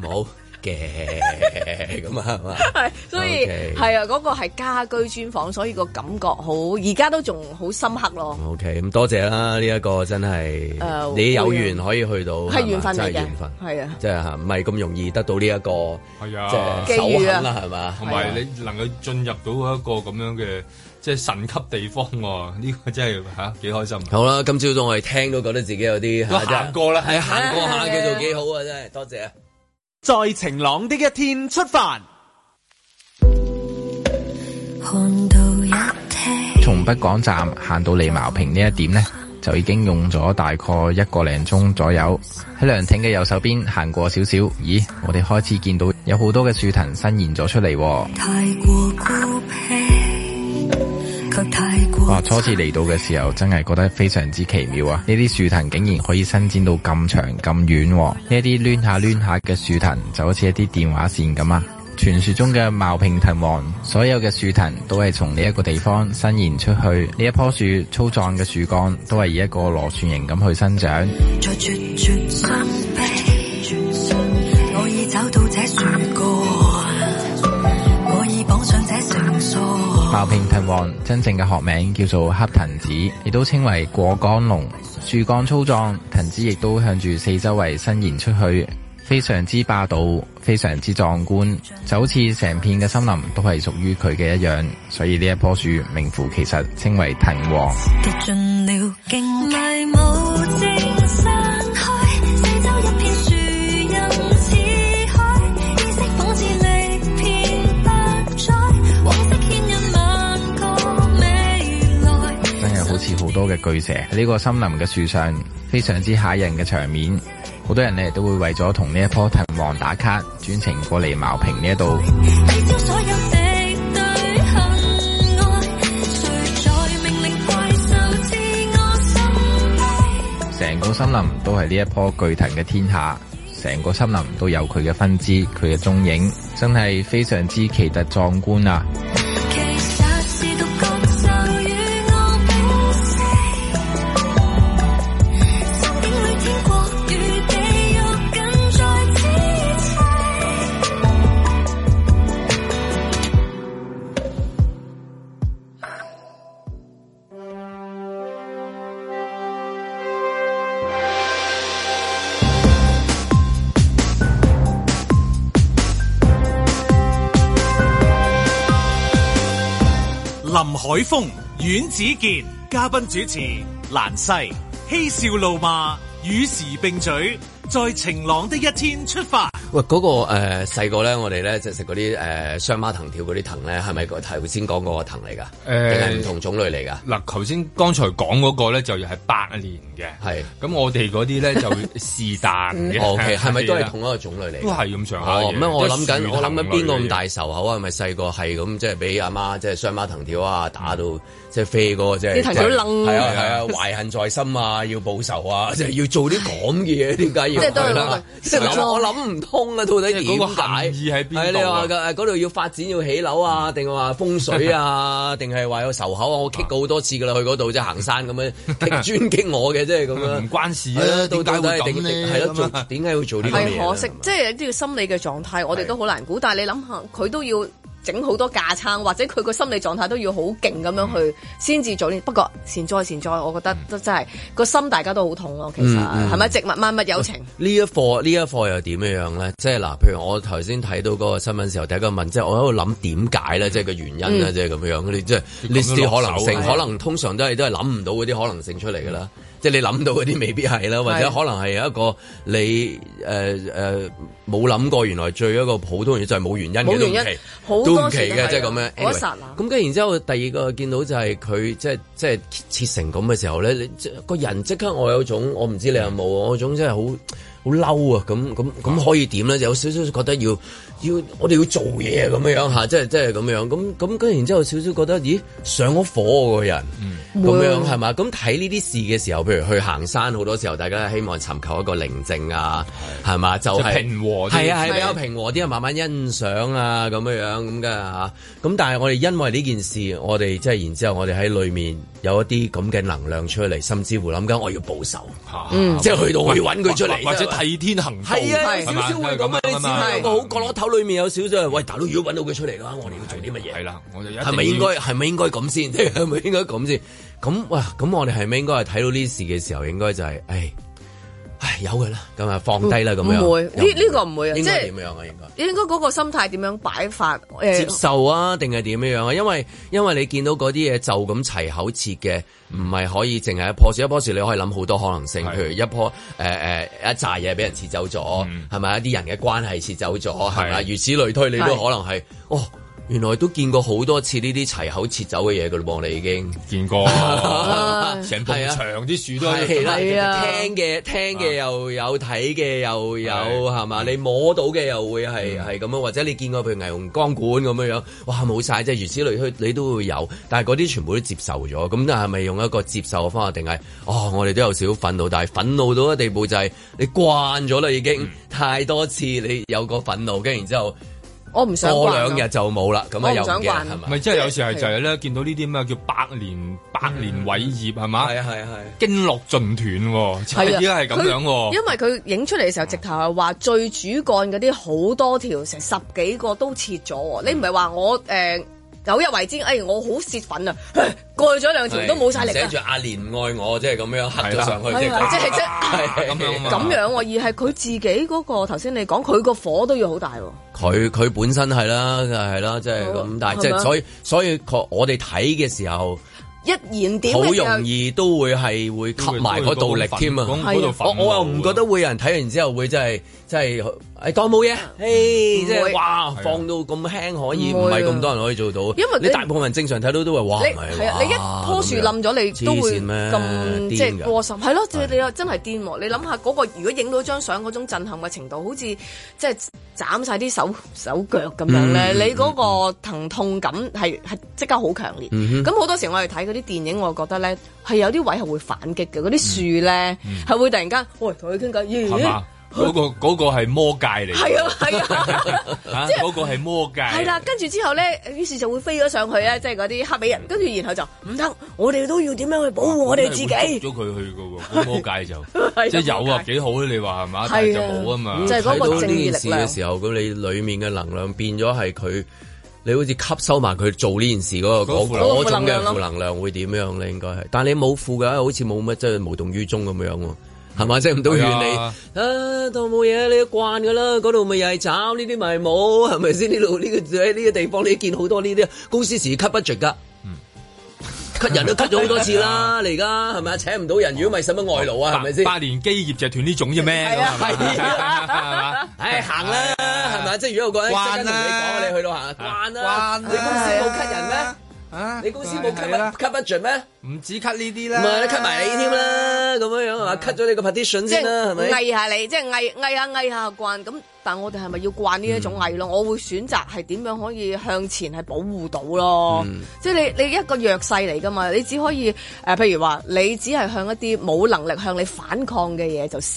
D: 冇嘅，
B: 唔好嘅咁啊係嘛？
D: 係，所以
B: OK
D: 係啊，嗰個係家居專訪，所以個感覺好，而家都仲好深刻咯。
B: O K，咁多謝啦，呢、一個真係、
D: 誒啊
B: 你有緣可以去到，
D: 係緣分嚟嘅
B: 係嘛真係緣分，
D: 係啊
B: 即係嚇唔係咁容易得到呢、一個
C: 係啊
B: 即係
D: 機遇
B: 手
D: 啊
B: 肯啦，係嘛？
C: 同埋你能夠進入到一個咁樣嘅即係神級地方喎，呢個真係嚇幾開心啊！
B: 好啦，今朝早我哋聽都覺得自己有啲
C: 都
B: 嚇真係
C: 行過啦
B: 係行過下
D: 係啊
B: 叫做幾好啊！真係多謝啊！
E: 在晴朗的一天出發。
F: 看到一聽。
G: 從北港站行到利茅坪呢一點呢，就已經用咗大概一個零鐘左右。喺涼亭嘅右手邊行過少少，咦，我哋開始見到有好多嘅樹藤伸延咗出嚟喎。
F: 太過孤僻，卻太過
G: 哇！初次嚟到嘅時候，真係覺得非常之奇妙啊！呢啲樹藤竟然可以伸展到咁長咁遠喎，呢一啲攣下攣下嘅樹藤就好似一啲電話線咁啊！傳說中嘅茅坪藤王，所有嘅樹藤都係從呢一個地方伸延出去。呢一棵樹粗壯嘅樹幹都係以一個螺旋形咁去生長。
F: 再絕絕傷悲。我已找到這樹歌，我已綁上這繩索。
G: 茅坪藤王真正嘅學名叫做黑藤子，亦都稱為果綱龍。樹幹粗壯，藤子亦都向住四周圍伸延出去，非常之霸道，非常之壯觀，就好似成片嘅森林都係屬於佢嘅一樣。所以呢一棵樹名副其實，稱為藤王。
F: 跌進了境界，迷霧正散開，四周一片樹蔭似海，意識仿似歷遍百載，往昔牽引萬個未來。
G: 真係好似好多嘅巨蛇喺呢個森林嘅樹上，非常之嚇人嘅場面。好多人呢都會為咗同呢一棵藤王打卡，專程過嚟茅坪呢一度。
F: 抵消所有敵對恨愛，誰在命令怪獸自我心悲？
G: 成個森林都係呢一棵巨藤嘅天下，成個森林都有佢嘅分支，佢嘅蹤影，真係非常之奇特壯觀啊！
F: 其實是獨角獸與我本性，心境裏天國與地獄近在咫尺。
A: 林海峰、阮子健，嘉賓主持蘭西，嬉笑怒罵，與時並舉，在晴朗的一天出發。
B: 喂，嗰、個誒呃細個咧，我哋咧就食嗰啲誒雙孖藤條嗰啲藤咧，係咪個頭先講嗰個藤嚟㗎？
C: 誒
B: 定係唔同種類嚟㗎？
C: 嗱，頭先剛才講嗰個咧就係八年嘅，
B: 係
C: 咁我哋嗰啲咧就是但嘅。
B: 哦 OK，係咪都係
C: 同
B: 同一個種類嚟㗎？
C: 都係咁上下
B: 哦，
C: 嘅嘢？
B: 咁我諗
C: 都係
B: 緊，
C: 啊樹
B: 我諗緊邊個
C: 藤類
B: 咁
C: 嘅
B: 大仇口啊？係咪細個係咁即係俾阿媽即係雙孖藤條啊，打到
C: 嗯
B: 即係飛嗰個即係
D: 啲藤條楞
B: 係啊係啊，懷恨在心啊，要報仇啊，即係要做啲咁嘅嘢，點解要
D: 即係都係
B: 係
D: 嗰
B: 啦
D: 個？
B: 即係我我諗唔通啊，到底點
C: 即係嗰個
B: 解？
C: 含義喺邊度啊
B: 係你話嘅嗰度要發展要起樓啊，定係話風 水啊，定係話有仇口啊？我棘過好多次㗎啦，去嗰度即係行山咁 樣棘磚棘我嘅，即係咁樣
C: 唔。關事
B: 係
C: 啊
B: 啊，，
C: 點
B: 到
C: 解
B: 底
C: 會
B: 係
C: 咁
B: 點
C: 咧？
B: 係
C: 咁
B: 咯，做
C: 啊
B: 點解要做呢個嘢
D: 係
B: 咧？
D: 可惜，即係都要心理嘅狀態，我哋都好難估。但係你諗下，佢都要整好多架撐，或者佢個心理狀態都要好勁咁樣
B: 嗯
D: 去先至做呢。不過善哉善哉，我覺得都真係個心大家都好痛咯。其實
B: 嗯
D: 係咪植物萬物有情？
B: 呢一課呢一課又點樣樣咧？即係嗱，譬如我頭先睇到嗰個新聞時候，第一個問，即係我喺度諗點
D: 嗯
B: 解咧？即係個原因咧，即係咁樣。你即係
C: 咁樣
B: list 啲可能性，
D: 啊
C: 落手
B: 可能通常都係都係諗唔到嗰啲可能性出嚟㗎啦。即係你諗到嗰啲未必係啦，或者
D: 嗯係
B: 可能係有一個你誒誒冇諗過，原來最一個普通原因就係冇原因嘅
D: 冇
B: 都
D: 原
B: 唔
D: 因
B: 奇，，
D: 好
B: 都唔
D: 多
B: 奇
D: 時都
B: 嘅，即係
D: 係
B: 咁
D: 嗰
B: 樣。
D: 一
B: Anyway，
D: 剎那。
B: 咁跟然之後，第二個見到就係佢即係即係切成咁嘅時候咧，你即個人即刻我有種我唔知你有冇，啊我有種真係好好嬲啊！咁咁咁可以點咧？有少少覺得要要我哋要做嘢啊咁樣樣嚇，即係即係咁樣咁咁跟然之後少少覺得咦上咗火喎個人咁樣係嘛？咁睇呢啲事嘅時候，譬如去行山，好多時候大家希望尋求一個寧靜啊，係嘛？就
C: 就
B: 係
C: 平和啲
B: 係啊係
D: 係啊
B: 比較平和啲啊，慢慢欣賞啊咁樣樣咁嘅嚇。咁但係我哋因為呢件事，我哋即係然之後，我哋喺裏面有一啲咁嘅能量出嚟，甚至乎諗緊我要報仇，嗯即係去到我要揾佢出嚟，
C: 或者替天行道，
B: 係啊，有
D: 係
B: 少
C: 嘛
B: 少會咁啊！你
C: 係
B: 知
C: 嘛
B: 道有個好角落頭裏面有少少係，喂大佬，如果揾到佢出嚟嘅話，我哋要做啲乜嘢？
C: 係啦，我就一定
B: 係咪應該
C: 要
B: 係咪應該咁先？ 係咪應該咁先？咁哇，咁我哋係咪應該係睇到呢事嘅時候，應該就係、唉唉有嘅啦，咁啊放低啦咁樣。
D: 唔會呢
B: 又
D: 呢個唔會啊
B: 應該
D: 即
B: 點
D: 係
B: 樣啊？應該。
D: 應該嗰個心態點樣擺法？
B: 接
D: 誒，
B: 受啊，定係點樣樣啊？因為因為你見到嗰啲嘢就咁齊口切嘅，唔係可以淨係一樖樹，一樖樹你可以諗好多可能性，
C: 係
B: 譬如一樖誒誒一紮嘢俾人切嗯走咗，係咪一啲人嘅關係切走咗，係咪
C: 係
B: 如此類推，你都
D: 係
B: 可能係哦。原來都見過好多次呢啲齊口切走嘅嘢噶咯噃，你已經。啊
C: 見 過，成埲牆啲樹都喺度
B: 係啦，
D: 係啊
B: 聽嘅聽嘅又有，睇嘅又有，
C: 係
B: 係嘛？你摸到嘅又會係
D: 嗯
B: 係咁樣，或者你見過譬如霓虹光管咁樣樣，哇冇晒即係如此類推，你都會有。但係嗰啲全部都接受咗，咁但係咪用一個接受嘅方法，定係哦？我哋都有少少憤怒，但係憤怒到嘅地步就係你慣咗啦，已經
D: 嗯
B: 太多次你有個憤怒，跟住然之後
D: 我唔想
B: 過
D: 慣啊
B: 兩日就冇啦，咁啊
D: 我唔
B: 又唔
D: 想
B: 記得
D: 慣
B: 係嘛？
C: 咪即係有時係就係咧，見到呢啲咩叫百年百年偉業係嘛，
B: 係啊係啊係啊。
C: 經絡盡斷喎，即
D: 係
C: 係
D: 啊
C: 依家係咁樣
D: 佢因
C: 喎。
D: 為佢影出嚟嘅時候，直頭係話最主幹嗰啲好多條，成十幾個都切咗
B: 嗯
D: 喎。你唔係話我誒、呃有一為之，哎，我好泄憤啊！ 過咗兩條都冇晒力啊
B: 寫
D: 啦
B: 住。阿蓮唔愛我，即係咁樣黑
C: 係
B: 咗
C: 啦
B: 上去，
D: 係啊，即係即係
B: 係
C: 咁樣啊嘛
D: 咁樣喎，而係佢自己嗰、個頭先你講，佢個火都要好大喎。
B: 佢佢本身係啦，係啦，即係咁，但係即
D: 係
B: 係
D: 咪
B: 所以所以確我哋睇嘅時候，
D: 一燃點
B: 好
D: 嘅時候
B: 容易都會係會吸埋嗰道力添啊！
C: 嗰嗰度
B: 我
C: 憤怒
B: 我又唔覺得會有人睇完之後會真係真係誒當冇嘢，誒即
D: 唔
B: 係
D: 會
B: 哇放到咁輕可以，
D: 唔
B: 唔
D: 會啊
B: 係咁多人可以做到。
D: 因為
B: 你
D: 你
B: 大部分人正常睇到都話哇，
D: 你
B: 哦唔
D: 係啊，你一棵樹冧咗，你都
B: 黐
D: 會
B: 線咩
D: 咁即
B: 癲
D: 係
B: 㗎
D: 窩心，係咯，即係你又真係癲喎！你諗下嗰個，如果影到張相嗰種震撼嘅程度，好似即係斬晒啲手手腳咁樣
B: 嗯
D: 咧，你嗰個疼痛感係係即刻好強烈。
B: 嗯
D: 咁好多時我哋睇嗰啲電影，我覺得咧係有啲位係會反擊嘅，嗰啲樹咧
B: 嗯
D: 係會突然間，喂同佢傾偈，咦
C: 係嘛？嗰個嗰個係魔界嚟，
D: 係啊係啊。
C: 啊嗰個係魔界，
D: 係啦，跟住之後咧，於是就會飛咗上去咧，即係嗰啲黑美人，跟住然後就唔得，我哋都要點樣去保護我哋自己，係
C: 捉佢去㗎喎，嗰魔界就
D: 啊
C: 即係有啊，幾好啊！你話係嘛？但係
D: 係
C: 就冇啊嘛，
D: 就係嗰
B: 睇到
D: 個
B: 呢
D: 正義力
B: 件事
D: 量
B: 嘅。時候，咁你裡面嘅能量變咗係佢，你好似吸收埋佢做呢件事嗰、個
C: 嗰個負能
B: 嗰嗰
D: 嗰個負
B: 種嘅
D: 能量咯
B: 負能量會點樣咧？應該係，但係你冇負㗎，好似冇乜即係無動於衷咁樣喎。係嘛？即係唔到怨你
C: 係
B: 啊
C: 啊，
B: 當冇嘢，你都慣㗎啦。嗰度咪又係炒，呢啲咪冇，係咪先？呢度呢個喺呢個地方，你見好多呢啲公司時 cut budget 㗎。cut 人都 cut 咗好多次啦，你而家係咪啊？請唔到人，如果咪使乜外勞啊？係咪先？
C: 八年基業就斷呢種啫咩？
B: 係啊
C: 係嘛？
B: 唉，行啦，係咪？即係如果有個
C: 啊
B: 人即刻同你講，啊你去到行慣啦，你公司冇 cut 人咩？
C: 啊
B: 你公司冇 cut cut budget 咩？
C: 唔止 cut 呢啲
B: 唔
C: 啦，
B: 係你 cut 埋你添啦，咁樣樣係嘛？cut 咗你個 partition
D: 即
B: 先啦，係
D: 係
B: 咪？
D: 嗌下你，即係嗌嗌下嗌下慣咁，但我哋係咪要慣呢一種嗌咯？我會選擇係點樣可以向前係保護到咯。即係你你一個弱勢嚟㗎嘛，你只可以誒、呃譬如話你只係向一啲冇能力向你反抗嘅嘢就施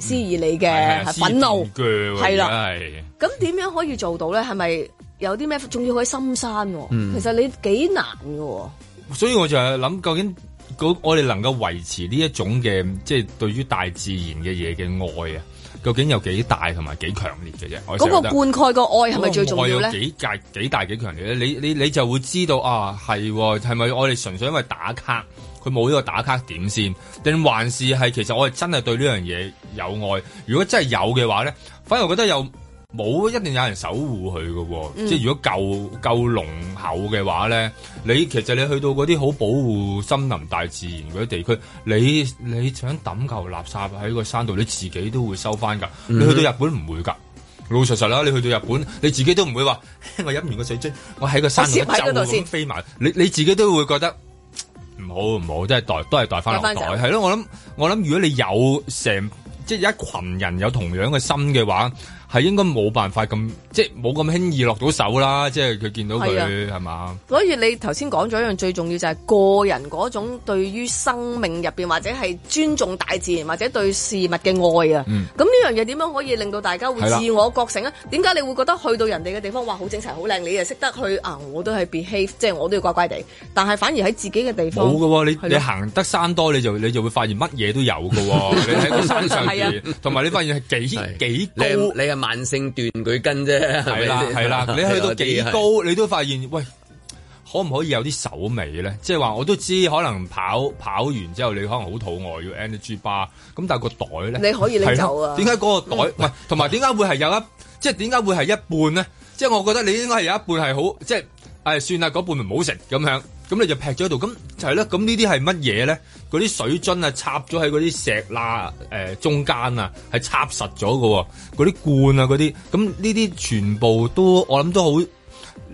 D: 施以你嘅
C: 係
D: 係憤怒。
C: 嘅
D: 係啦
C: 係
D: 咁點樣可以做到咧？係咪有啲咩？仲要去深山喎、其實你幾難嘅喎。
C: 所以嗯我就係諗，究竟嗰我哋能夠維持呢一種嘅，即係對於大自然嘅嘢嘅愛啊，究竟有幾大同埋幾強烈嘅啫？我成
D: 嗰
C: 日
D: 個
C: 覺得
D: 灌溉個愛係咪最重要
C: 嗰個愛有啊
D: 咧？
C: 幾大幾大幾強烈咧？你你你就會知道啊，係喎係咪我哋純粹因為打卡，佢冇呢個打卡點先，定還是係其實我哋真係對呢樣嘢有愛？如果真係有嘅話咧，反而我覺得有冇一定有人守護佢嘅喎。
D: 嗯
C: 即係如果夠夠濃厚嘅話咧，你其實你去到嗰啲好保護森林、大自然嗰啲地區，你你想抌嚿垃圾喺個山度，你自己都會收翻㗎。
D: 嗯
C: 你去到日本唔會㗎。老實實啦，你去到日本，你自己都唔會話， 我飲完個水樽，我喺個山度
D: 我攝喺嗰度
C: 就
D: 先
C: 咁飛埋，你你自己都會覺得唔好唔好，即係袋都係袋翻落
D: 袋返
C: 袋，
D: 走
C: 係咯。我諗我諗，如果你有成即係一群人有同樣嘅心嘅話，係應該冇辦法咁即係冇咁輕易落到手啦。即係佢見到佢
D: 係
C: 係嘛，
D: 所以你頭先講咗一樣最重要就係個人嗰種對於生命入邊或者係尊重大自然或者對事物嘅愛啊。咁呢、樣嘢點樣可以令到大家會
C: 嗯係啦
D: 自我覺醒啊？點解你會覺得去到人哋嘅地方哇好整齊好靚，你又識得去啊？我都係 behave，即係我都要乖乖地，但係反而喺自己嘅地方
C: 冇嘅
D: 係
C: 喎。你
D: 咯
C: 你行得山多，你就你就會發現乜嘢都有嘅喎。你喺個山 上
D: 係
C: 邊，同埋你發現係幾
B: 係
C: 幾
B: 你
C: 高。
B: 係你係慢性斷舉根啫， 係咪
C: 係啦
B: 先
C: 係啦，你去 到幾？
B: 係啦
C: 高，你都發現喂。可唔可以有啲手尾咧？即係話我都知，可能跑跑完之後，你可能好肚餓，要 energy bar。咁但係個袋咧，
D: 你可以拎
C: 係咯
D: 走啊
C: 點解嗰個袋？唔係同埋點解會係有一？即係點解會係一半咧？即係我覺得你應該係有一半係好，即係誒算啦，嗰半咪唔好食咁樣。咁你就劈咗喺度，咁就係啦。咁呢啲係乜嘢咧？嗰啲水樽啊，插咗喺嗰啲石罅誒、呃中間啊，係插實咗嘅喎。嗰啲罐啊，嗰啲咁呢啲全部都我諗都好。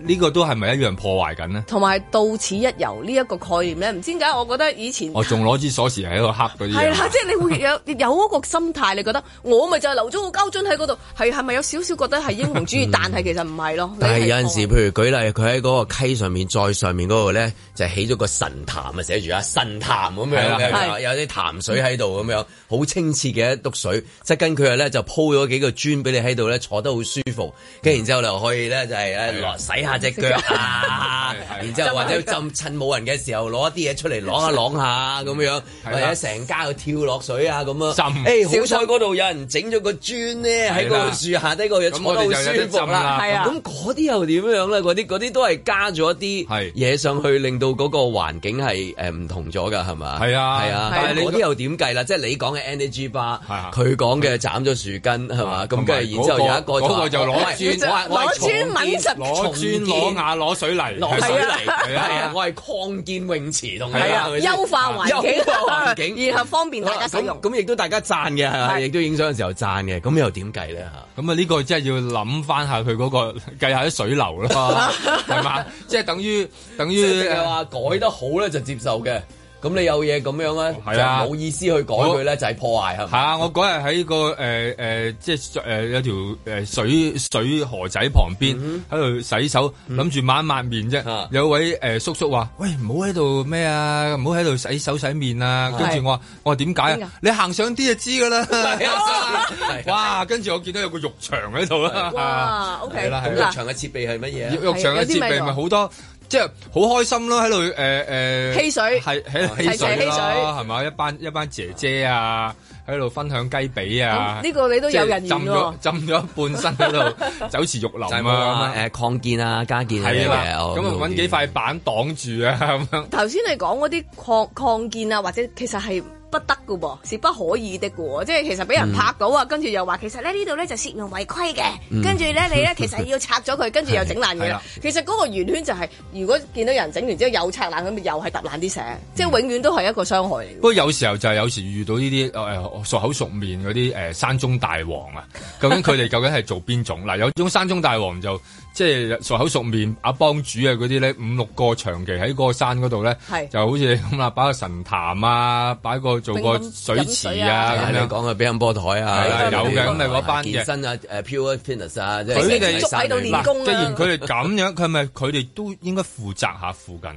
C: 呢個都係咪一樣破壞緊呢？
D: 同埋到此一遊呢一個概念咧，唔知點解我覺得以前
C: 我哦仲攞支鎖匙喺度黑嗰啲啊
D: 係啦，
B: 啊
C: 嘢，
D: 即係你會有 有嗰個心態，你覺得我咪就係留咗個膠樽喺嗰度，係係咪有少少覺得係英雄主義？但係其實唔係咯。
B: 嗯但係
D: 你
B: 有陣時，譬如舉例，佢喺嗰個溪上面再上面嗰度咧，就起咗個神潭啊，寫住啊神潭咁
C: 係
B: 樣
C: 啦係
D: 啦
B: 嘅，有啲潭水喺度咁樣，好清澈嘅一篤水。即係跟佢咧就鋪咗幾個磚俾你喺度咧，坐得好舒服。跟住然之後你又可以咧就係咧落洗下隻腳 啊，
C: 係係
B: 然之後或者浸趁冇人嘅時候攞一啲嘢出嚟啷 下啷下咁樣，
C: 係啦
B: 或者成家去跳落水啊咁樣。
C: 浸
B: 誒好彩嗰度有人整咗個磚咧喺個樹下低個嘢
C: 咁
B: 坐
C: 我
B: 得好
C: 哋就有
B: 舒
C: 得
B: 服
C: 浸
B: 啦。
C: 啦。
D: 係啊
B: 咁嗰啲又點樣咧？嗰啲嗰啲都係加咗一啲
C: 係
B: 嘢上去，令到嗰個環境係誒唔同咗㗎，係嘛？
C: 係啊
B: 係啊。
D: 係啊
B: 但係嗰啲又點計啦？即係你講嘅 energy bar，
C: 係啊
B: 佢講嘅斬咗樹根係嘛？咁
C: 同埋
B: 跟住然之後有一個
C: 嗰個嗰個就攞
B: 喂
C: 磚
B: 我係我
D: 攞
B: 係
D: 磚
B: 重
D: 抿
B: 建
D: 實
C: 攞磚攞瓦攞水泥，
B: 攞水嚟，
C: 係啊
B: 係啊！我係擴建泳池同
C: 係啊
B: 係咪先
D: 優化環境，
B: 優化環 境，啊
D: 然後方便大家使用
B: 咁。咁亦都大家讚嘅，係啊
D: 係
B: 亦都影相嘅時候讚嘅，咁又點計咧嚇？
C: 咁啊，呢個真係要諗翻下佢嗰個計下啲水流 啦，係嘛？即係等於等於
B: 即係話改得好咧就接受嘅，咁你有嘢咁樣咧，
C: 係啊
B: 就冇意思去改佢咧，就係破壞係
C: 係
B: 嘛？
C: 啊！我嗰日喺個誒誒，即係誒有條誒水水河仔旁邊喺度洗手，諗住抹一抹面啫
B: 嗯啊。
C: 有位誒叔叔話：，喂，唔好喺度咩啊，唔好喺度洗手洗面啊！跟住我話：，我話點解
D: 點
C: 啊
D: 解？
C: 你行上啲就知噶
B: 係
C: 啦
B: 啊係。
C: 哇！跟住我見到有個浴場喺度
B: 啊
C: 啦。
D: 哇，OK，
C: 係啦係
B: 咁
C: 啦
B: 入場嘅設備係乜嘢啊？
C: 浴浴場
D: 係有啲
C: 嘅設
D: 咩
C: 備
D: 㗎
C: 咪好多，即係好開心咯，喺度誒誒，
D: 汽水
C: 係喺
D: 係
C: 汽水
D: 汽水
C: 啦，係咪？一班一班姐姐啊，喺度分享雞髀啊，
D: 哦呢個你都
C: 即
D: 有
C: 係
D: 人
C: 浸
D: 緣喎
C: 咗。浸咗一半身喺度，走池肉 林
B: 就係
C: 啊
B: 話，誒擴建啊、加建
C: 咁
B: 啊
C: 樣係啦，
B: 我
C: 咁啊揾幾塊板擋住啊，咁樣
D: 頭先你講嗰啲擴擴建啊，或者其實係不得嘅喎，是不可以的嘅喎，即係其實俾人拍到啊，跟住又話其實咧呢度咧就涉用違規嘅，跟住咧你咧其實係要拆咗佢，跟住又整爛
C: 係
D: 佢
C: 啦
D: 啦。其實嗰個圓圈就係、如果見到有人整完之後又拆爛佢，咪又係揼爛啲石，即係永遠都係一個傷害嚟
C: 不
D: 嘅。
C: 過有時候就係有時遇到呢啲誒熟口熟面嗰啲誒山中大王啊，究竟佢哋究竟係做邊種？嗱，有種山中大王就即係熟口熟面阿幫主啊嗰啲咧，五六個長期喺嗰個山嗰度咧
D: 係，
C: 就好似咁啦，擺個神壇啊，擺個做個水池啊
B: 係
C: 咁
B: 你
C: 樣。
B: 講嘅乒乓波台啊
C: 係啊，有嘅咁
B: 你
C: 咪嗰班嘅
B: 健身啊、誒 pure fitness 啊，即
C: 佢哋
B: 成日
D: 捉喺度練
B: 山裏面
D: 功啊
C: 嗱，既然佢哋咁樣，佢咪佢哋都應該負責下附近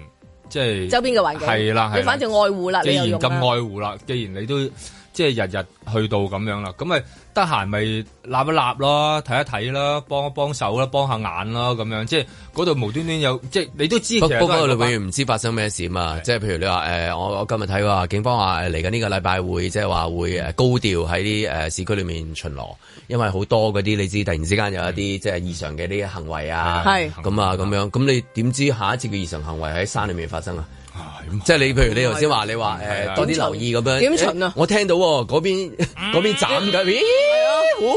C: 即係
D: 周邊嘅環境
C: 係啦，係
D: 你
C: 啦
D: 反正愛護啦，
C: 既
D: 啊你又用
C: 然咁啊
D: 啦。
C: 愛護啦，既然你都即係日日去到咁樣啦，咁咪得閒咪立一立咯，睇一睇啦，幫一幫手啦，幫下眼啦，咁樣即係嗰度無端端有，即係你都知其
B: 不
C: 實
B: 不
C: 都係
B: 過你
C: 嗰
B: 永
C: 班
B: 遠唔知發生咩事嘛，即係譬如你話誒、呃我我今日睇話警方話誒嚟緊呢個禮拜會即係話會誒高調喺啲誒市區裏面巡邏，因為好多嗰啲你知突然之間有一啲即係異常嘅啲行為啊，
D: 係
B: 咁啊咁樣，咁你點知下一次嘅異常行為喺山裏面發生啊？
C: 啊咁
B: 即係你譬如你頭先話你話
C: 係啊
B: 誒多啲留意咁樣，
D: 點巡啊
B: 誒我聽到喎嗰邊嗰邊斬緊，咦哦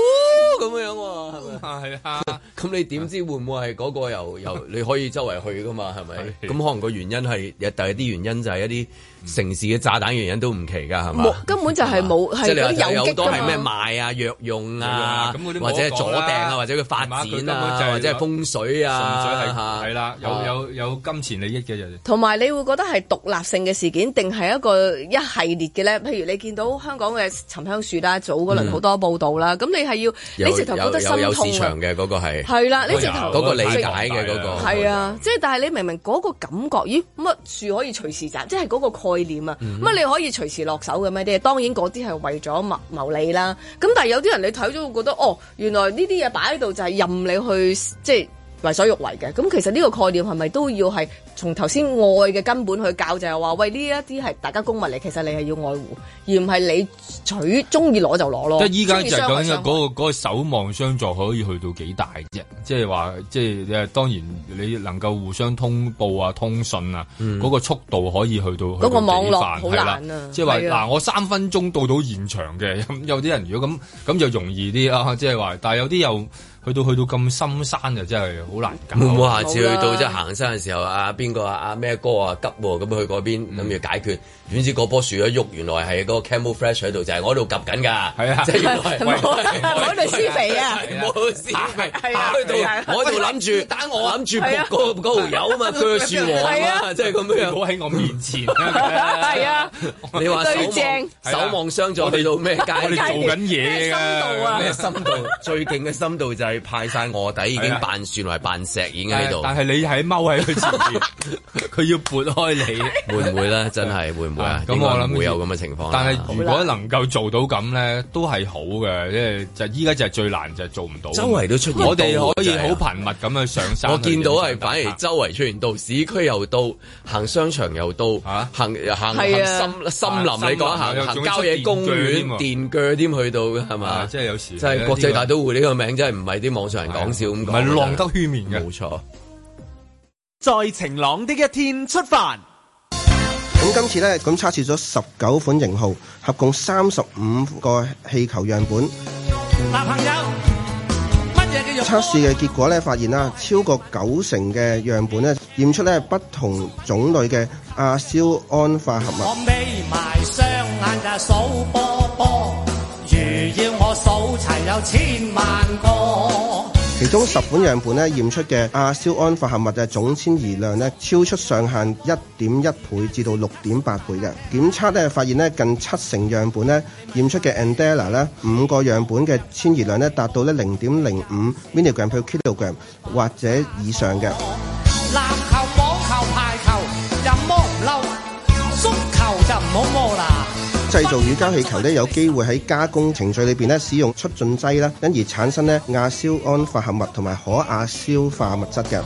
B: 咁樣喎，係咪？
C: 啊係 啊，
B: 咁你點知會唔會係嗰個 由由你可以周圍去噶嘛？係咪？
C: 係嗯
B: 咁可能個原因係有第二啲原因就係一啲城市嘅炸彈原因都唔奇㗎，係嘛
D: 冇？根本就係冇係
B: 即係你
D: 嗰
B: 話
D: 啲
B: 就有
D: 有
B: 好
D: 擊
B: 多
D: 㗎
B: 係咩
D: 嘛。
B: 賣啊、藥用啊
C: 藥用啊咁嗰啲，冇
B: 或者
C: 得
B: 係
C: 講
B: 左
C: 啦
B: 掟啊，或者佢發
C: 係嘛佢根
B: 展
C: 本就
B: 啊，
C: 係
B: 或者係風水啊，
C: 純粹係
B: 嚇
C: 係啦，
B: 啊
C: 有有有金錢利益嘅就。
D: 同埋你會覺得係獨立性嘅事件，定係一個一系列嘅咧？譬如你見到香港嘅沉香樹啦，早嗰輪好多報道啦，咁、你係
B: 嗯有
D: 要你直頭覺得心
B: 有有有市
D: 痛啊
B: 場！嘅嗰個係
D: 係啦，你直頭
B: 嗰個理解嘅嗰
C: 哦
B: 個
D: 係啊，即係但係你明明嗰個感覺，咦乜樹可以隨時摘，即係嗰個概念啊，
C: 嗯
D: 乜你可以隨時落手嘅咩啲？當然嗰啲係為咗謀謀利啦。咁但係有啲人你睇咗會覺得，哦，原來呢啲嘢擺喺度就係任你去即係。為所欲為嘅，咁其實呢個概念係咪都要係從頭先愛嘅根本去教，就係話喂呢一啲係大家公物嚟，其實你係要愛護，而唔係你取中意攞就攞咯。
C: 即係依家就係
D: 哦中
C: 講
D: 意傷
C: 緊嗰
D: 害
C: 個嗰個守望相助可以去到幾大啫？即係話，即係呃當然你能夠互相通報啊、通訊啊，嗰個速度可以去到嗰
D: 嗰個網絡好
C: 啦
D: 難啊。
C: 即係話
D: 係啊
C: 嗱，我三分 鐘到到現場嘅，咁有啲人如果咁咁就容易啲啊，即係話，但係有啲又。去去到去到咁深山就真係好難搞。
B: 會唔會下次去
D: 冇
B: 到
D: 啦
B: 即係行山嘅時候啊？邊個啊？啊咩哥啊急喎，咁去嗰邊諗住解決，點知嗰棵樹一喐，原來係嗰個 camouflage 喺度，就係我喺度及緊㗎。係
C: 啊
B: 即係原 來
D: 唔好唔好對施肥啊！
B: 冇事，係
D: 啊
B: 喺
D: 係啊
B: 度我喺度諗住打我，諗住
D: 係啊
B: 仆 嗰嗰條友啊嘛，鋸樹王
D: 係
B: 啊嘛，
D: 啊
B: 即係咁
C: 唔
B: 樣。
C: 好喺我面 前
D: 係啊，
B: 你話守
D: 對正
B: 望守望相助去到咩階段？
C: 我哋做緊嘢
D: 深度
C: 㗎。
D: 啊
B: 咩深度？最勁嘅深度就係派晒卧底，已經扮樹同埋扮石已經喺度，
C: 但係你喺踎喺佢前面，佢要撥開你。
B: 會唔 會咧？真係會唔會啊
C: 啊？
B: 咁
C: 咁
B: 我
C: 我諗
B: 諗會有咁嘅情哦況啦。
C: 但係如果能夠做到咁咧，都係好嘅，因為就依家就係最難就係做唔到。
B: 周圍都出現刀
C: 我哋可以
B: 真
C: 好
B: 係啊
C: 頻密咁樣上山。
B: 我見到係反而周圍出現到，市區又到，行商場又到，
C: 啊
B: 行行行
D: 係啊
B: 森森林，
C: 啊森林
B: 你講行
C: 又仲要
B: 行郊野公園、
C: 出
B: 電鋸添去到嘅係
C: 啊
B: 嘛？
C: 即係有時
B: 即係
C: 呢
B: 國際
C: 呢個
B: 大都會呢個名，真係唔係啲網上人講笑咁
C: 唔
B: 講，
C: 係浪得虛名嘅。
B: 冇錯。
E: 在晴朗的一天出發。
H: 咁今次呢，咁測試咗十九款型號，合共三十五個氣球樣本。測試嘅結果呢，發現啦，超過九成嘅樣本呢，驗出呢不同種類嘅亞硝胺化合物。其中十款樣本咧驗出嘅亞硝胺化合物嘅總遷移量咧超出上限一點一倍至到六點八倍嘅。檢測咧發現咧近七成樣本咧驗出嘅 Andela 咧五個樣本嘅遷移量咧達到咧零點零五 milligram per kilogram 或者以上嘅。製造乳膠氣球咧，有機會喺加工程序裏邊咧使用促進劑啦，因而產生咧亞硝胺化合物同埋可亞硝化物質嘅。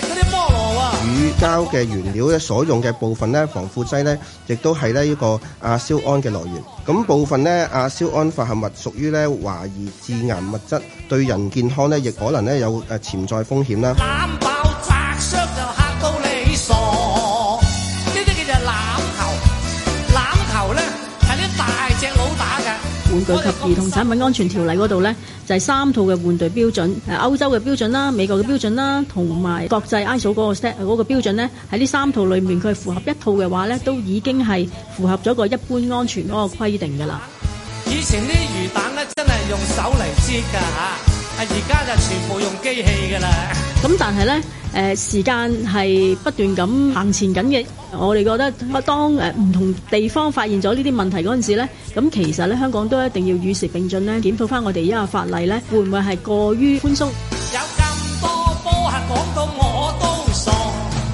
H: 乳膠嘅原料咧所用嘅部分咧防腐劑咧，亦都係咧呢個亞硝胺嘅來源。咁部分咧亞硝胺化合物屬於咧懷疑致癌物質，對人健康咧亦可能咧有誒潛在風險啦。
I: 玩具及兒童產品安全條例嗰度呢，就係、三套嘅玩具標準，誒歐洲嘅標準啦、美國嘅標準啦，同埋國際 ISO 嗰個 set 呃嗰個標準呢。喺呢三套裏面，佢符合一套嘅話呢，都已經係符合咗個一般安全嗰個規定㗎啦。
J: 以前啲魚蛋咧真係用手嚟擠㗎嚇，啊而家就全部用機器㗎啦。
I: 咁但係呢，誒、時間係不斷咁行前緊嘅。我哋覺得當誒唔同地方發現咗呢啲問題嗰陣時呢，咁其實呢，香港都一定要與時並進呢，檢討翻我哋而家嘅法例呢，會唔會係過於寬鬆？
J: 有咁多波客講到我都傻，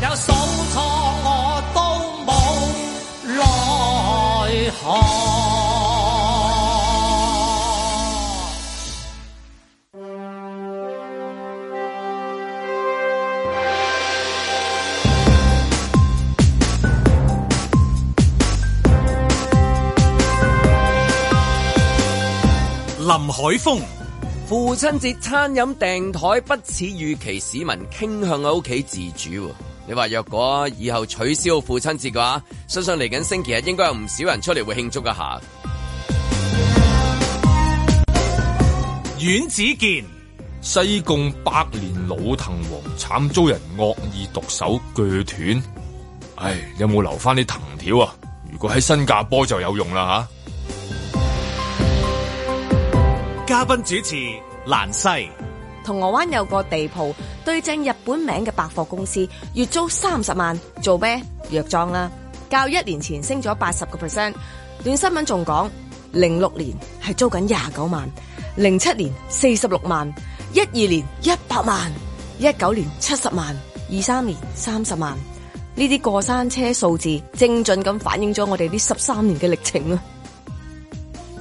J: 有數錯我都冇奈何。
A: 林海峰、
B: 父親節餐飲訂台不似預期，市民傾向喺屋企自主喎。你話若果以後取消父親節嘅話，相信嚟緊星期日應該有唔少人出嚟會慶祝一下。
A: 阮子健、
C: 西貢百年老藤王慘遭人惡意毒手鋸斷，唉，有冇留翻啲藤條啊？如果喺新加坡就有用啦
A: 嘉賓主持蘭西、
D: 銅鑼灣有個地鋪對正日本名嘅百貨公司，月租三十萬，做咩藥妝啦？較一年前升咗八十個 percent。段新聞仲講，零六年係租緊廿九萬，零七年四十六萬，一二年一百萬，一九年七十萬，二三年三十萬。呢啲過山車數字精準咁反映咗我哋呢十三年嘅歷程啊！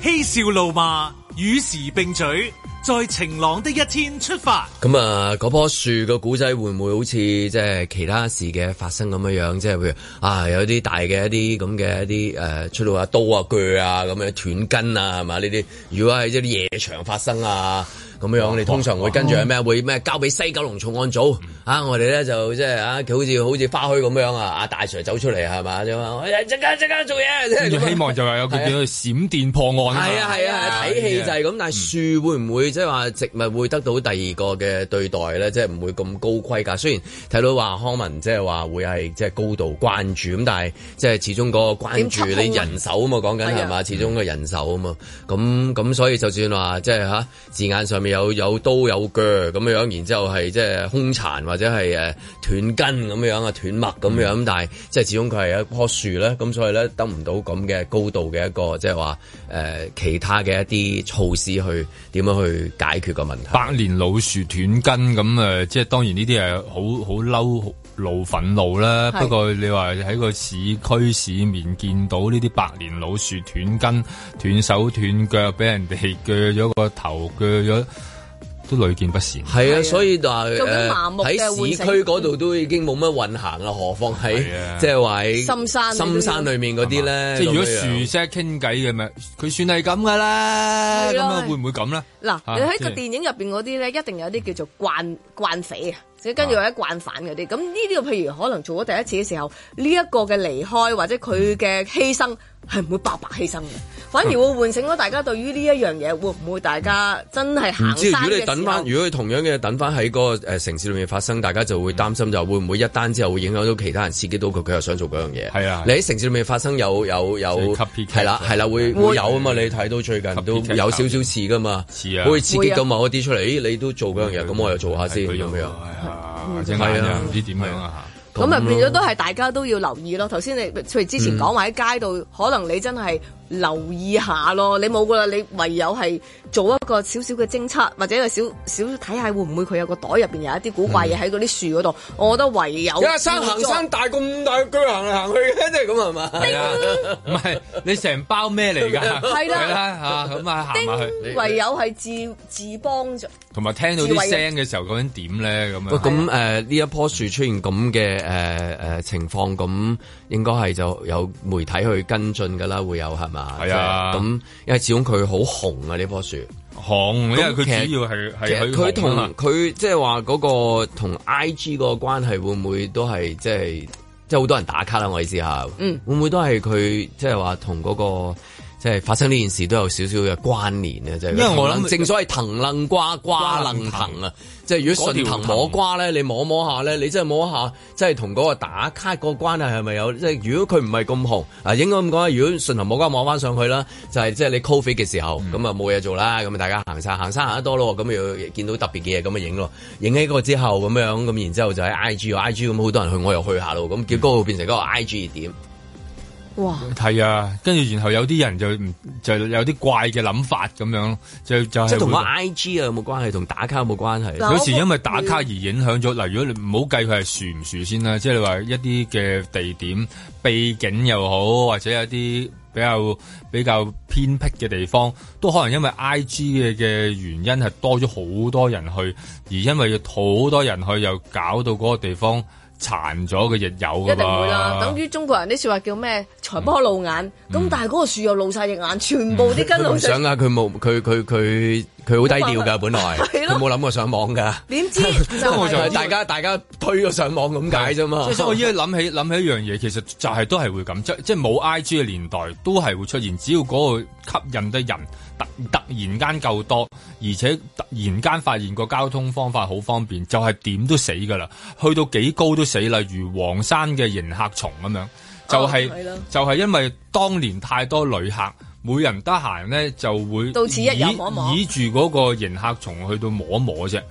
A: 嬉笑怒罵，與時並舉，在晴朗的一天出發。
B: 咁啊，嗰棵樹嘅古仔會唔會好似即係其他事嘅發生咁樣樣？即係譬如啊，有啲大嘅一啲咁嘅一啲誒、呃出到啊刀啊鋸啊咁樣斷根啊，係嘛呢啲？如果喺一啲夜場發生啊，咁樣你通常會跟住係咩？會咩交俾西九龍重案組啊？我哋咧就即係啊，佢好似好似花墟咁樣啊！阿大 Sir 走出嚟係嘛？啫嘛，哎呀即刻即刻做嘢，即
C: 跟
B: 係咁啊
C: 住
B: 樣
C: 希望就係有佢變咗閃電破案嘛
B: 係啊係啊，睇戲就係咁，但係樹會唔會即係話植物會得到第二個嘅對待咧？即係唔會咁高規格。雖然睇到話康文即係話會係即係高度關注咁，但係即係始終嗰個關注
D: 點吸控啊
B: 你人手啊嘛，講緊係嘛，始終個人手啊嘛。咁咁所以就算話即係嚇字眼上面有有刀有鋸咁樣，然之後係即係兇殘或者係誒斷根咁樣啊斷脈咁樣，但係即係始終佢係一棵樹咧，咁所以咧得唔到咁嘅高度嘅一個即係話誒其他嘅一啲措施去點樣去解決個問題。
C: 百年老樹斷根咁誒，呃即係當然呢啲係好好嬲、好怒憤怒啦。
D: 係
C: 不過你話喺個市區市面見到呢啲百年老樹斷根、斷手斷腳，俾人哋鋸咗個頭、鋸咗，都屢見不鮮。
B: 係啊，所以話
D: 做緊
B: 誒
D: 麻木嘅
B: 喺市
D: 喚醒
B: 區嗰度都已經冇乜運行啦，何況喺
C: 係啊
B: 即係話喺
D: 深山
B: 嗯深山裏面嗰啲咧，
C: 即係如果
B: 咁樣
C: 樹識傾偈嘅咪，佢算係咁噶啦。
D: 係
C: 咁
D: 咯
C: 啊，會唔會咁咧？
D: 嗱，
C: 啊
D: 你喺
C: 即
D: 個
C: 係
D: 電影入邊嗰啲咧，一定有啲叫做慣慣匪啊，即係跟住或者慣犯嗰啲。咁呢啲譬如可能做咗第一次嘅時候，呢、一個嘅離開或者佢嘅犧牲係唔會白白犧牲嘅，反而 會喚醒咗大家對於呢一樣嘢，會唔會大家真係
B: 唔
D: 行
B: 知如
D: 山
B: 果你
D: 嘅
B: 等
D: 時候
B: 翻，？如果你同樣嘅等翻喺嗰個誒呃城市裏面發生，大家就會擔心就會唔會一單之後會影響到其他人，刺激到佢，佢又想做嗰樣嘢。
C: 係啊
B: 你喺城市裏面發生有有有
C: 即係 copycat
B: 係啦係啦，會
D: 會
B: 會有啊嘛？你睇到最近都
C: copycat
B: 有少少似噶嘛，
C: 似啊
B: 會刺激到某一啲出嚟，咦你都做嗰樣嘢，咁我又做下先
C: 佢
B: 咁
C: 又
B: 樣。
C: 係啊，隻眼又唔知點樣啊嚇。
D: 咁啊變咗都係大家都要留意咯。頭先你譬如之
C: 嗯
D: 前講話喺街度，可能你真係留意下咯。你冇噶啦，你唯有係做一個少少嘅偵測，或者係少少睇下會唔會佢有個袋入邊有一啲古怪嘢喺嗰啲樹嗰度。我覺得唯有
B: 有一山行山大咁大腳行嚟行去嘅，即係咁係嘛？
C: 係啊，唔係你成包 咩嚟㗎？
D: 係啦
C: 係啦嚇，咁啊行埋去，
D: 叮唯有係自自幫助。
C: 同埋聽到啲聲嘅時候究竟點咧？咁
B: 喂，
C: 樣
B: 咁誒呢一棵樹出現咁嘅誒誒情況，咁應該係就有媒體去跟進㗎啦，會有係嘛？
C: 係啊
B: 即係咁因為始終佢好紅啊呢棵樹，
C: 行，因為佢
B: 咁其實
C: 主要係
B: 其
C: 係
B: 實
C: 佢啊
B: 佢
C: 同
B: 同佢即係話嗰個同 I G 個關係會唔會都係即係即係好多人打卡啦？我意思下，
D: 嗯，
B: 會唔會都係佢即係話同嗰個？即係發生呢件事都有少少嘅關聯啊！即係因
C: 為我諗
B: 正所謂藤楞瓜，瓜楞藤啊！即係如果順藤摸瓜咧，你摸摸下咧，你真係摸下，即係同嗰個打卡個關係係咪有？即係如果佢唔係咁紅，啊應該咁講，如果順藤摸瓜摸翻上去啦，就係即係你 Covid 嘅時候，咁啊冇嘢做啦，咁啊大家行山，行山行得多咯，咁又見到特別嘅嘢，咁啊影咯，影起個之後咁樣，咁然之後就哎喺 IG 喎 IG 啊咁好多人去，我又去下咯，咁結果變成嗰個 IG 熱點，
D: 哇！
C: 係啊，跟住然後有啲人就唔就有啲怪嘅諗法咁樣，就就
B: 即係
C: 係
B: 同個
C: 會
B: IG 啊有冇關係，同打卡有冇關係？
D: 嗱
C: 有時因為打卡而影響咗，嗱，如果你唔好計佢係樹唔樹先啦，即係你話一啲嘅地點秘境又好，或者有啲比較比較偏僻嘅地方，都可能因為 I G 嘅嘅原因係多咗好多人去，而因為好多人去又搞到嗰個地方殘咗嘅亦有
D: 一
C: 噶
D: 定會啦，
C: 嘛
D: 等。於中國人啲説話叫咩？財不可露眼，咁、但係嗰個樹又露晒隻眼，全部啲根
B: 佢
D: 露
B: 唔
D: 晒
B: 想，啊！佢冇佢佢佢佢好低調㗎，本來
D: 係
B: 佢
D: 咯
B: 冇諗過上網㗎，
D: 點知就
C: 我就
D: 係
B: 係大家大家推咗上網咁啊解啫嘛
C: 即係。所以我依家諗起諗起一樣嘢，其實就係都係會咁，即即係冇 I G 嘅年代都係會出現，只要嗰個吸引得人突突然間夠多，而且突然間發現個交通方法好方便，就係點都死㗎啦，去到幾高都死，例如黃山嘅迎客松咁樣，就係、
D: 哦係咯
C: 就係因為當年太多旅客。每人得閒咧就會
D: 到此一遊
C: 倚
D: 摸一摸
C: 倚住嗰個迎客松去到摸一摸啫。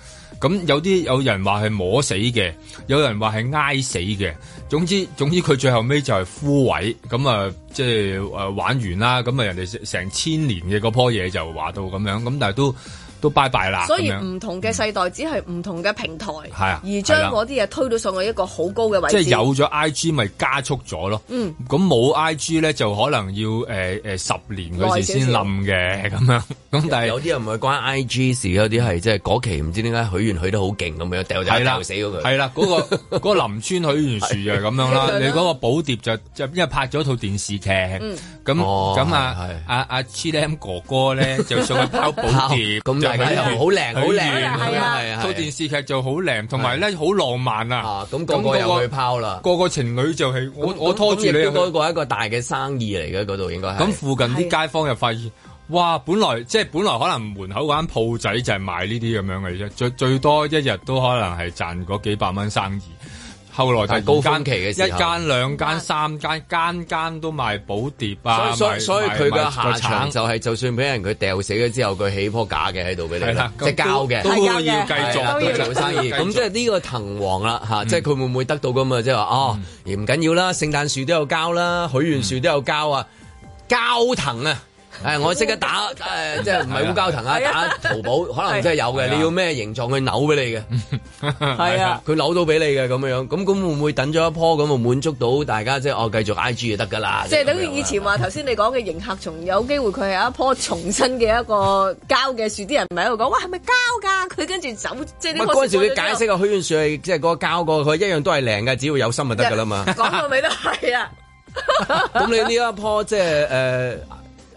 C: 咁有啲有人話係摸死嘅，有人話係挨死嘅。總之總之佢最後尾就係枯萎，咁啊即係誒玩完啦。咁啊人哋成成千年嘅嗰棵嘢就話到咁樣，咁但係都都拜拜
B: 啊
C: 啦。
D: 所以
C: 咁樣
D: 唔同
B: 嗯
D: 嘅世代只係唔同嘅平台，
C: 係啊
D: 而將
C: 係啦
D: 嗰啲嘢推到上去一個好高嘅
C: 即
D: 位
C: 係
D: 置。
C: 有咗 I G 咪加速咗咯。
D: 嗯，
C: 咁冇 I G 咧就可能要誒誒、呃十年佢哋先冧嘅咁樣。咁但係
B: 有啲人唔係關 I G 事，有啲係即係嗰期唔知點解許願許得好勁咁樣，掉
C: 係
B: 掉
C: 啦
B: 掉死咗佢。
C: 係啦，嗰、 個嗰個林村許願樹就係咁樣啦。你嗰個寶碟就就因為拍咗套電視劇，咁
B: 哦
C: 咁啊
B: 係係
C: 啊啊 c h i l a m 哥哥咧就上去拋寶
B: 拋
C: 碟，
B: 咁就大家又好靚，好靚，
C: 係啊！套電視劇就好靚，同埋咧好浪漫啊！
B: 咁個個又去拋啦，
C: 個個情侶就係我我拖住你去
B: 嗰個一個大嘅生意嚟嘅嗰度應該係。
C: 咁附近啲街坊又發現，哇！本來即係本來可能門口嗰間鋪仔就係賣呢啲咁樣嘅啫，最最多一日都可能係賺嗰幾百蚊生意。後來
B: 但
C: 係
B: 係高峰期嘅時候
C: 一間兩間三間，間間都賣寶碟啊！
B: 所以所以
C: 賣
B: 所以佢
C: 賣賣
B: 嘅
C: 個
B: 下場
C: 橙
B: 就係，就算俾人佢掉死咗之後，佢起棵架嘅喺度俾你
C: 係啦
B: 啦，即係膠嘅，
C: 都都要繼
B: 係啦
C: 續，
B: 都要做生意。嗯
C: 繼續
B: 咁即係呢個藤王啦嚇，即係佢會唔會得到咁啊？即係話哦，而唔緊要啦，聖誕樹都有膠啦，許願樹都有膠啊，膠藤 啊！誒，我識得打誒，即係唔係烏膠藤啊？打淘寶 可能真係有
C: 係啊
B: 嘅，你要咩形狀佢扭俾你嘅。 係啊，佢扭到俾你嘅咁樣，咁咁會唔會等咗一棵咁啊滿足到大家即係哦繼續 I G 就得㗎啦？
D: 即係等
B: 咁
D: 於
B: 樣啊
D: 以前話頭先你講嘅迎客松，有機會佢係一棵重生嘅一個膠嘅樹，啲人咪喺度講，哇係咪膠㗎？佢跟住走，即係
B: 唔
D: 呢
B: 係
D: 棵
B: 嗰陣時
D: 樹
B: 佢解釋啊，許願樹係即係嗰個膠個，佢一樣都係靚嘅，只要有心就得㗎啦嘛。
D: 講到尾都係啊，
B: 咁你呢一棵即係誒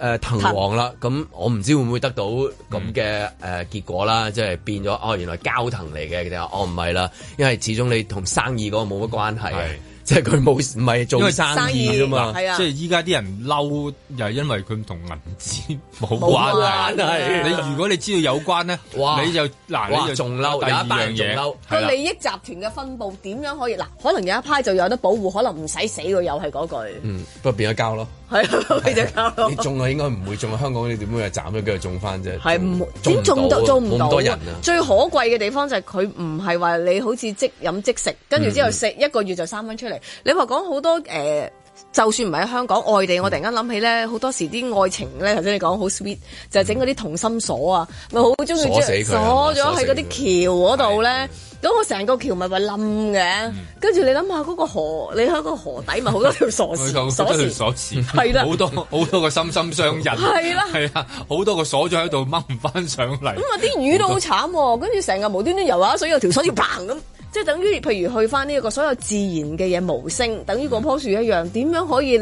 B: 誒藤黃啦，咁我唔知會唔會得到咁嘅誒結果
C: 嗯
B: 啦，即係變咗哦，原來膠藤嚟嘅，定係哦唔係啦，因為始終你同生意嗰個冇乜關係啊
C: 係，
B: 即係佢冇唔係
C: 因
B: 做
C: 為
B: 生意㗎嘛。
D: 係啊
C: 即係依家啲人嬲，又係因為佢同銀紙冇
B: 冇
C: 關
B: 關係
C: 係。你如果你知道有關咧，
B: 哇
C: 你就嗱，
B: 哇
C: 你就
B: 仲嬲
C: 第二
B: 有一班
C: 樣
B: 人仲
C: 嘢
B: 嬲
D: 個
C: 係啦
D: 利益集團嘅分佈點樣可以嗱？可能有一派就有得保護，可能唔使死喎，又係嗰句，
B: 嗯，不過變咗膠咯。
D: 係啊，佢就搞到
B: 你中啊，應該唔會中啊！香港你點會係斬咗佢中翻啫？
D: 係唔
B: 中
D: 點中到
B: 啊
D: 做唔
B: 冇
D: 到
B: 咁多人
D: 啊
B: 啊！！
D: 最可貴嘅地方就係佢唔係話你好似即飲即食，跟住之後
B: 嗯
D: 食一個月就三蚊出嚟。你話講好多誒。呃就算唔係喺香港，外地我
B: 嗯
D: 突然間諗起咧，好多時啲愛情咧，頭先你講好 sweet，就係整嗰啲同心鎖啊，咪好中意
B: 嗯鎖死佢啊
D: 鎖咗
B: 鎖
D: 喺
B: 死
D: 嗰
B: 佢
D: 啲橋嗰度咧。咁我成個橋咪咪冧嘅，
B: 嗯
D: 跟住你諗下嗰個河，你喺個河底咪好多 條鎖
C: 佢
D: 匙，
C: 就
D: 鎖
C: 覺得佢
D: 匙
C: 鎖匙
D: 係啦
C: 好多好多個心心相印，
D: 係啦
C: 係啊，好多個鎖咗喺度掹唔翻上嚟
D: 咁。啊啲魚都好慘喎，跟住成日無端端游下水，有條水要嘭咁，即係等於譬如去翻呢一個所有自然嘅嘢無聲，等於嗰棵樹一樣，點樣可以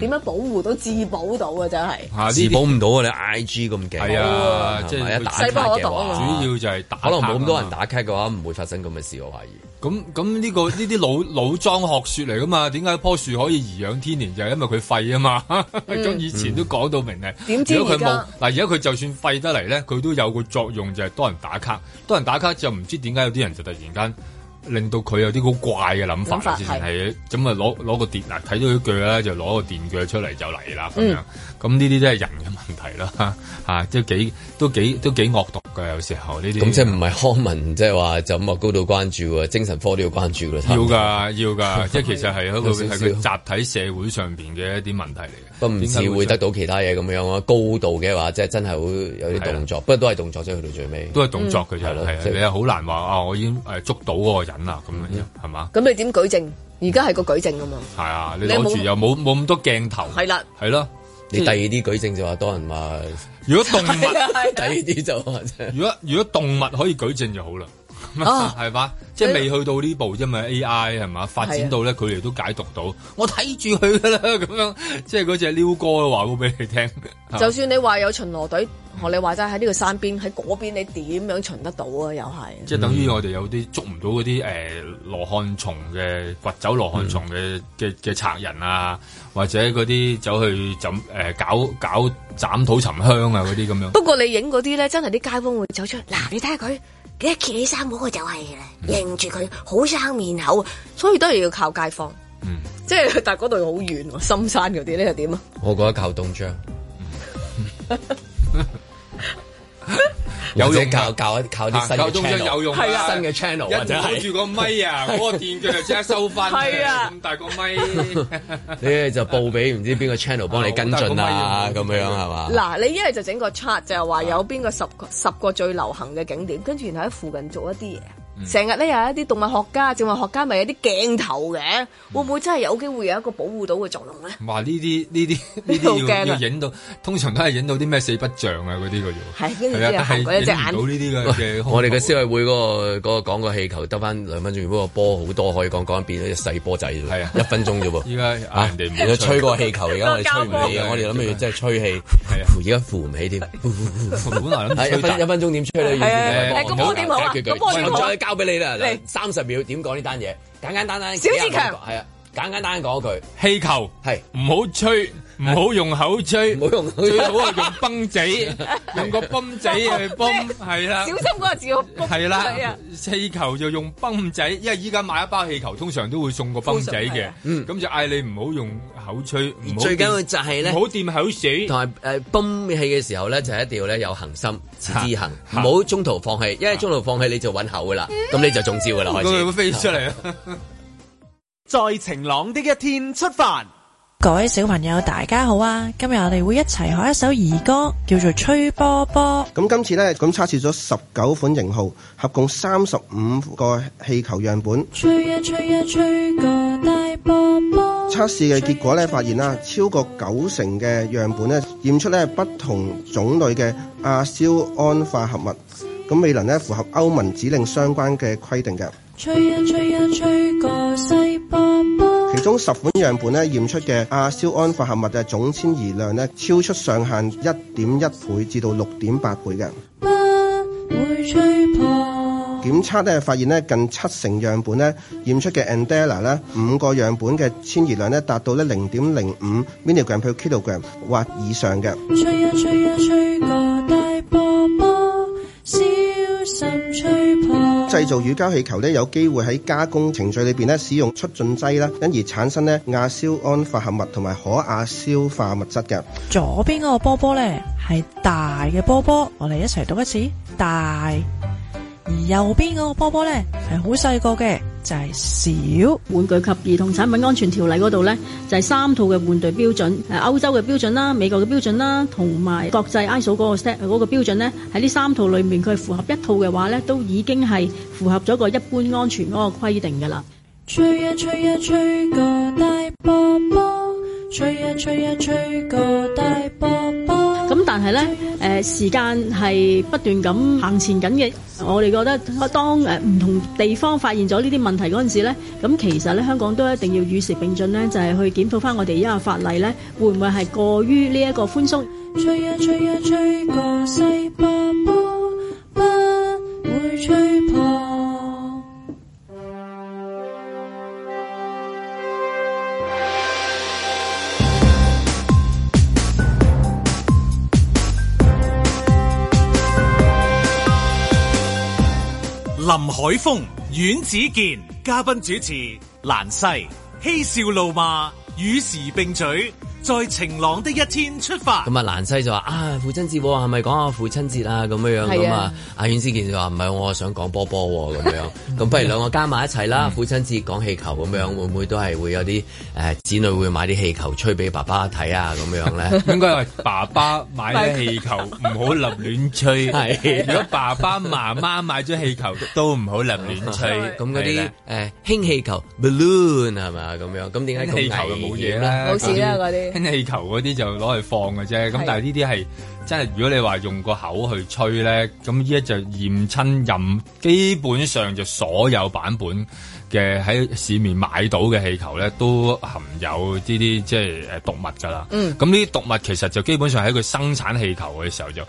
D: 點樣保護到自保到啊？真係
C: 啊，呢
B: 自
C: 啲
B: 保唔到啊！你 I G 咁勁，
C: 係啊
B: 係
C: 即係
B: 咪一打
D: 勢不可
B: 卡嘅
D: 擋啊
B: 話，
C: 主要就係打
B: 可能冇咁
C: 卡
B: 多人
C: 啊嘛。
B: 打卡嘅話，唔會發生咁嘅事，我懷疑。
C: 咁咁呢個呢啲老 老裝學説嚟噶嘛？點解棵樹可以頤養天年？就係因為佢廢啊嘛。 咁以前都講到明係。
D: 嗯點知
C: 如果佢冇
D: 而
C: 嗱，而家佢就算廢得嚟咧，佢都有個作用，就係多人打卡。多人打卡就唔知點解有啲人就突然間令到佢有啲好怪嘅諗法
D: 諗法
C: 啦。之前係咁啊，攞攞個電嗱睇到啲鋸咧，就攞個電鋸出嚟就嚟啦咁
D: 嗯
C: 樣。咁呢啲都係人嘅問題啦， 嚇、即係幾都幾都幾惡毒㗎，有時候呢啲。
B: 咁即係唔係康文，即係話就咁啊高度關注喎，精神科都要關注㗎啦。差
C: 要
B: 唔多，
C: 㗎，要㗎，即係其實係一個
B: 有少
C: 係
B: 少
C: 佢集體社會上邊嘅一啲問題嚟嘅。
B: 不過唔似會
C: 點解
B: 得到其他嘢咁樣啊。高度嘅話，即係真係會有啲動作，不過都係動作啫，去到最尾。
C: 都係動作嘅啫，
B: 嗯係咯
C: 係啊，
B: 即係嗯
C: 你係好難話啊，我已經誒捉到嗰個人啦，咁樣樣係嘛？
D: 咁你點舉證？而家係個舉證啊嘛，
C: 係啊，你
D: 你
C: 攞
D: 冇
C: 住又冇冇咁多鏡頭，
D: 係啦，
C: 係咯。
B: 你第二啲舉證就話多人 話，
C: 如果動
D: 啊
C: 物，
B: 第二啲就話即係
C: 如果如果動物可以舉證就好啦，
D: 啊
C: 係嘛？即係未去到呢步啫嘛，AI 係嘛？發展到咧，佢哋都解讀到，我睇住佢噶啦，咁樣即係嗰只撩哥話會俾你 聽，
D: 就算你話有巡邏隊，學你話齋喺呢個山邊喺嗰邊，你點樣巡得到啊？又係
C: 即係等於我哋有啲捉唔到嗰啲誒羅漢蟲嘅掘走羅漢蟲嘅嘅嘅賊人啊，或者嗰啲走去斬誒、搞搞斬土沉香啊嗰啲咁 樣。
D: 不過你影嗰啲咧，真係啲街坊會走出嚟嗱，你睇下佢
F: 一揭起衫嗰個就係啦，
D: 呃
F: 認住佢好生面口啊。
D: 所以都係要靠街坊。
C: 嗯
D: 即係但係嗰度好遠喎，深山嗰啲呢又點啊？
B: 我覺得靠東 張，
C: 有
B: 或者
C: 用㗎
B: 靠靠啊靠啲新
C: 靠東
B: 嘅
C: 張
B: channel，
C: 有用㗎
B: 新嘅 channel 或
C: 一
B: 者係
C: 攞。住個咪啊，嗰個電鋸就即刻收翻，
D: 係啊
C: 咁大個咪，
B: 你就報俾唔知邊個 channel 幫你跟進啊，咁樣係嘛？
D: 嗱，你一係就整個 chart 就係話有邊個十個十個最流行嘅景點，跟住然後喺附近做一啲嘢，成日咧有一啲動物學家、植物學家咪有啲鏡頭嘅，會唔會真係有機會有一個保護到嘅作用咧？
C: 哇！呢啲呢啲 呢
D: 好
C: 啲
D: 驚
C: 要
D: 啊
C: 要影到，通常都係影到啲咩四不像啊嗰啲嘅啫喎。
D: 係跟住
C: 係
D: 之後
C: 啊，但
D: 行過一隻眼
C: 係影 唔 到呢啲嘅嘅。
B: 我哋嘅消委會嗰、個嗰、個講個氣球得翻兩分鐘，如果個波好多可以講講變咗隻細波仔啫
C: 係啊
B: 喎，一分鐘啫 喎。
C: 依家嗌
B: 啊！
C: 人哋唔
B: 你
C: 好
B: 吹個氣球，而家我哋吹唔起啊！
C: 膠波
B: 我哋諗住 真係吹氣，
C: 係啊
B: 而家扶唔起 添。
C: 本來諗
B: 係
C: 住
B: 哎一
C: 吹大
B: 分一分鐘點吹
D: 係啊
B: 咧？
C: 係啊
B: 要
C: 咁我點好
D: 啊咁我點好啊
B: 再交俾你啦，
D: 嚟
B: 三十秒點講呢單嘢？簡簡單單。
D: 小志強
B: 係啊，簡簡單單講一句
C: 氣球，
B: 係。
C: 唔好吹，唔好用口吹，
B: 唔好用口吹
C: 最好係用泵仔，用個泵仔去泵，係啦
D: 小。心嗰個字我卜
C: 啊係
D: 出嚟
C: 啦
D: 啊，
C: 氣球就用泵仔，因為依家買一包氣球，通常都會送個泵仔
D: 通常係
C: 嘅
D: 啊，
C: 咁就嗌你唔好用口吹，唔好
B: 最緊要
C: 掂
B: 就係咧
C: 唔好，掂口水，
B: 同埋誒泵氣嘅時候咧，就一定要咧有恒心、持之行，唔
C: 嚇
B: 好中途放棄，因為中途放棄你就揾口噶啦，咁你就中招噶啦
C: 嗯咁
B: 開
C: 佢
B: 始
C: 會。飛出嚟啊！
E: 在晴朗的一天出發。
K: 各位小朋友，大家好啊！今日我哋會一齊學一首兒歌，叫做《吹波波》。
H: 咁今次呢，咁測試咗十九款型號，合共三十五個氣球樣本。
K: 吹呀吹呀吹個大波波
H: 測試嘅結果咧，發現啦，超過九成嘅樣本咧，驗出咧不同種類嘅亞硝胺化合物，咁未能咧符合歐盟指令相關嘅規定嘅。
K: 吹呀吹呀吹個細波波
H: 其中十款樣本咧驗出嘅亞硝胺化合物嘅總遷移量咧，超出上限一點一倍至到六點八倍嘅。
K: 不會吹破。
H: 檢測咧發現咧近七成樣本咧驗出嘅 Andela 咧五個樣本嘅遷移量咧達到咧零點零五 milligram per kilogram 或以上嘅。
K: 吹呀吹呀吹個大波波，小心吹破。
H: 製造乳膠氣球咧，有機會喺加工程序裏邊咧使用促進劑啦，因而產生咧亞硝胺化合物同埋可亞硝化物質嘅。
K: 左邊嗰個波波呢，係大嘅波波，我哋一齊讀一次大。而右邊嗰個波波呢，係好細個嘅，就係、小。
I: 玩具及兒童產品安全條例嗰度呢，就係、三套嘅玩具標準，誒歐洲嘅標準啦、美國嘅標準啦，同埋國際 ISO 嗰個 set 嗰個標準呢。喺呢三套裏面，佢符合一套嘅話呢，都已經係符合咗個一般安全嗰個規定㗎啦。
K: 吹呀吹呀吹個大波波，吹呀吹呀吹個大波波。
I: 咁但係咧，誒、時間係不斷咁行前緊嘅。我哋覺得當誒唔同地方發現咗呢啲問題嗰陣時咧，咁其實咧香港都一定要與時並進咧，就係、去檢討翻我哋而家嘅法例咧，會唔會係過於呢一個寬鬆？
K: 吹呀吹呀吹個細波波，不會吹破。
A: 林海峰、阮子健，嘉賓主持蘭西，嬉笑怒罵，與時並舉，在晴朗的一天出發。
B: 咁啊，蘭西就話啊，父親節喎係咪講下父親節啊咁樣樣
D: 係
B: 咁
D: 啊
B: 啊？阿阮之健就話唔係，我想講波波喎咁 樣。咁不如兩個加埋一齊
C: 嗯
B: 啦，父親節講氣球咁樣，會唔會都係會有啲誒子女會買啲氣球吹俾爸爸睇啊咁樣 咧？
C: 應該係爸爸買咗氣球，唔好立亂吹。
B: 係
C: 如果爸爸媽媽買咗氣球，都唔好立亂吹。
B: 咁嗰
C: 係
B: 啲
C: 啦
B: 誒氫氣球 balloon 係咪啊咁樣？咁點解咁
C: 氣球就冇嘢
B: 咧？
C: 啦，
D: 冇事啦嗰啲
C: 氫氣球嗰啲就攞嚟放嘅啫。咁
D: 係
C: 但係呢啲係真係，如果你話用個口去吹咧，咁依家就驗親任，基本上就所有版本嘅喺市面買到嘅氣球咧，都含有呢啲即係呃誒毒物㗎啦。
D: 嗯
C: 咁呢啲毒物其實就基本上喺佢生產氣球嘅時候就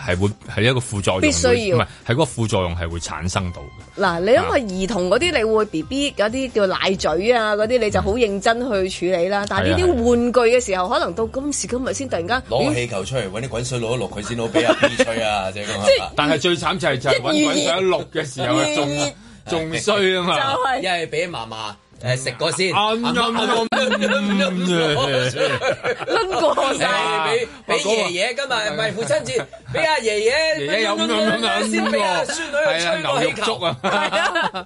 C: 係會係一個副作用會，
D: 必須要
C: 唔係係嗰個副作用係會產生到嘅。
D: 嗱，你因為兒童嗰啲，你會 B B 嗰啲叫奶嘴啊，嗰啲你就好認真去處理啦。但係呢
C: 係啊哦
D: 啲玩具嘅時候，可能到今時今日先突然間，
B: 攞個
D: 咦
B: 氣球出嚟揾啲滾水淥一淥佢先好俾阿 B 吹 啊！即係咁啊！
C: 但係最慘就係 就係揾滾上錄嘅時候啊，仲仲衰啊
D: 就
C: 嘛！
D: 係、
B: 一係俾嫲嫲誒食過先，
C: 啱
B: 啱啱啱
D: 攆過
B: 誒
D: 晒。
B: 俾俾爺爺今 日唔係父親節，俾阿爺爺
C: 爺爺有咁咁咁
B: 先俾阿孫女
C: 係啊
B: 吹
C: 牛
B: 個
C: 肉
B: 氣球
C: 粥。啊，à.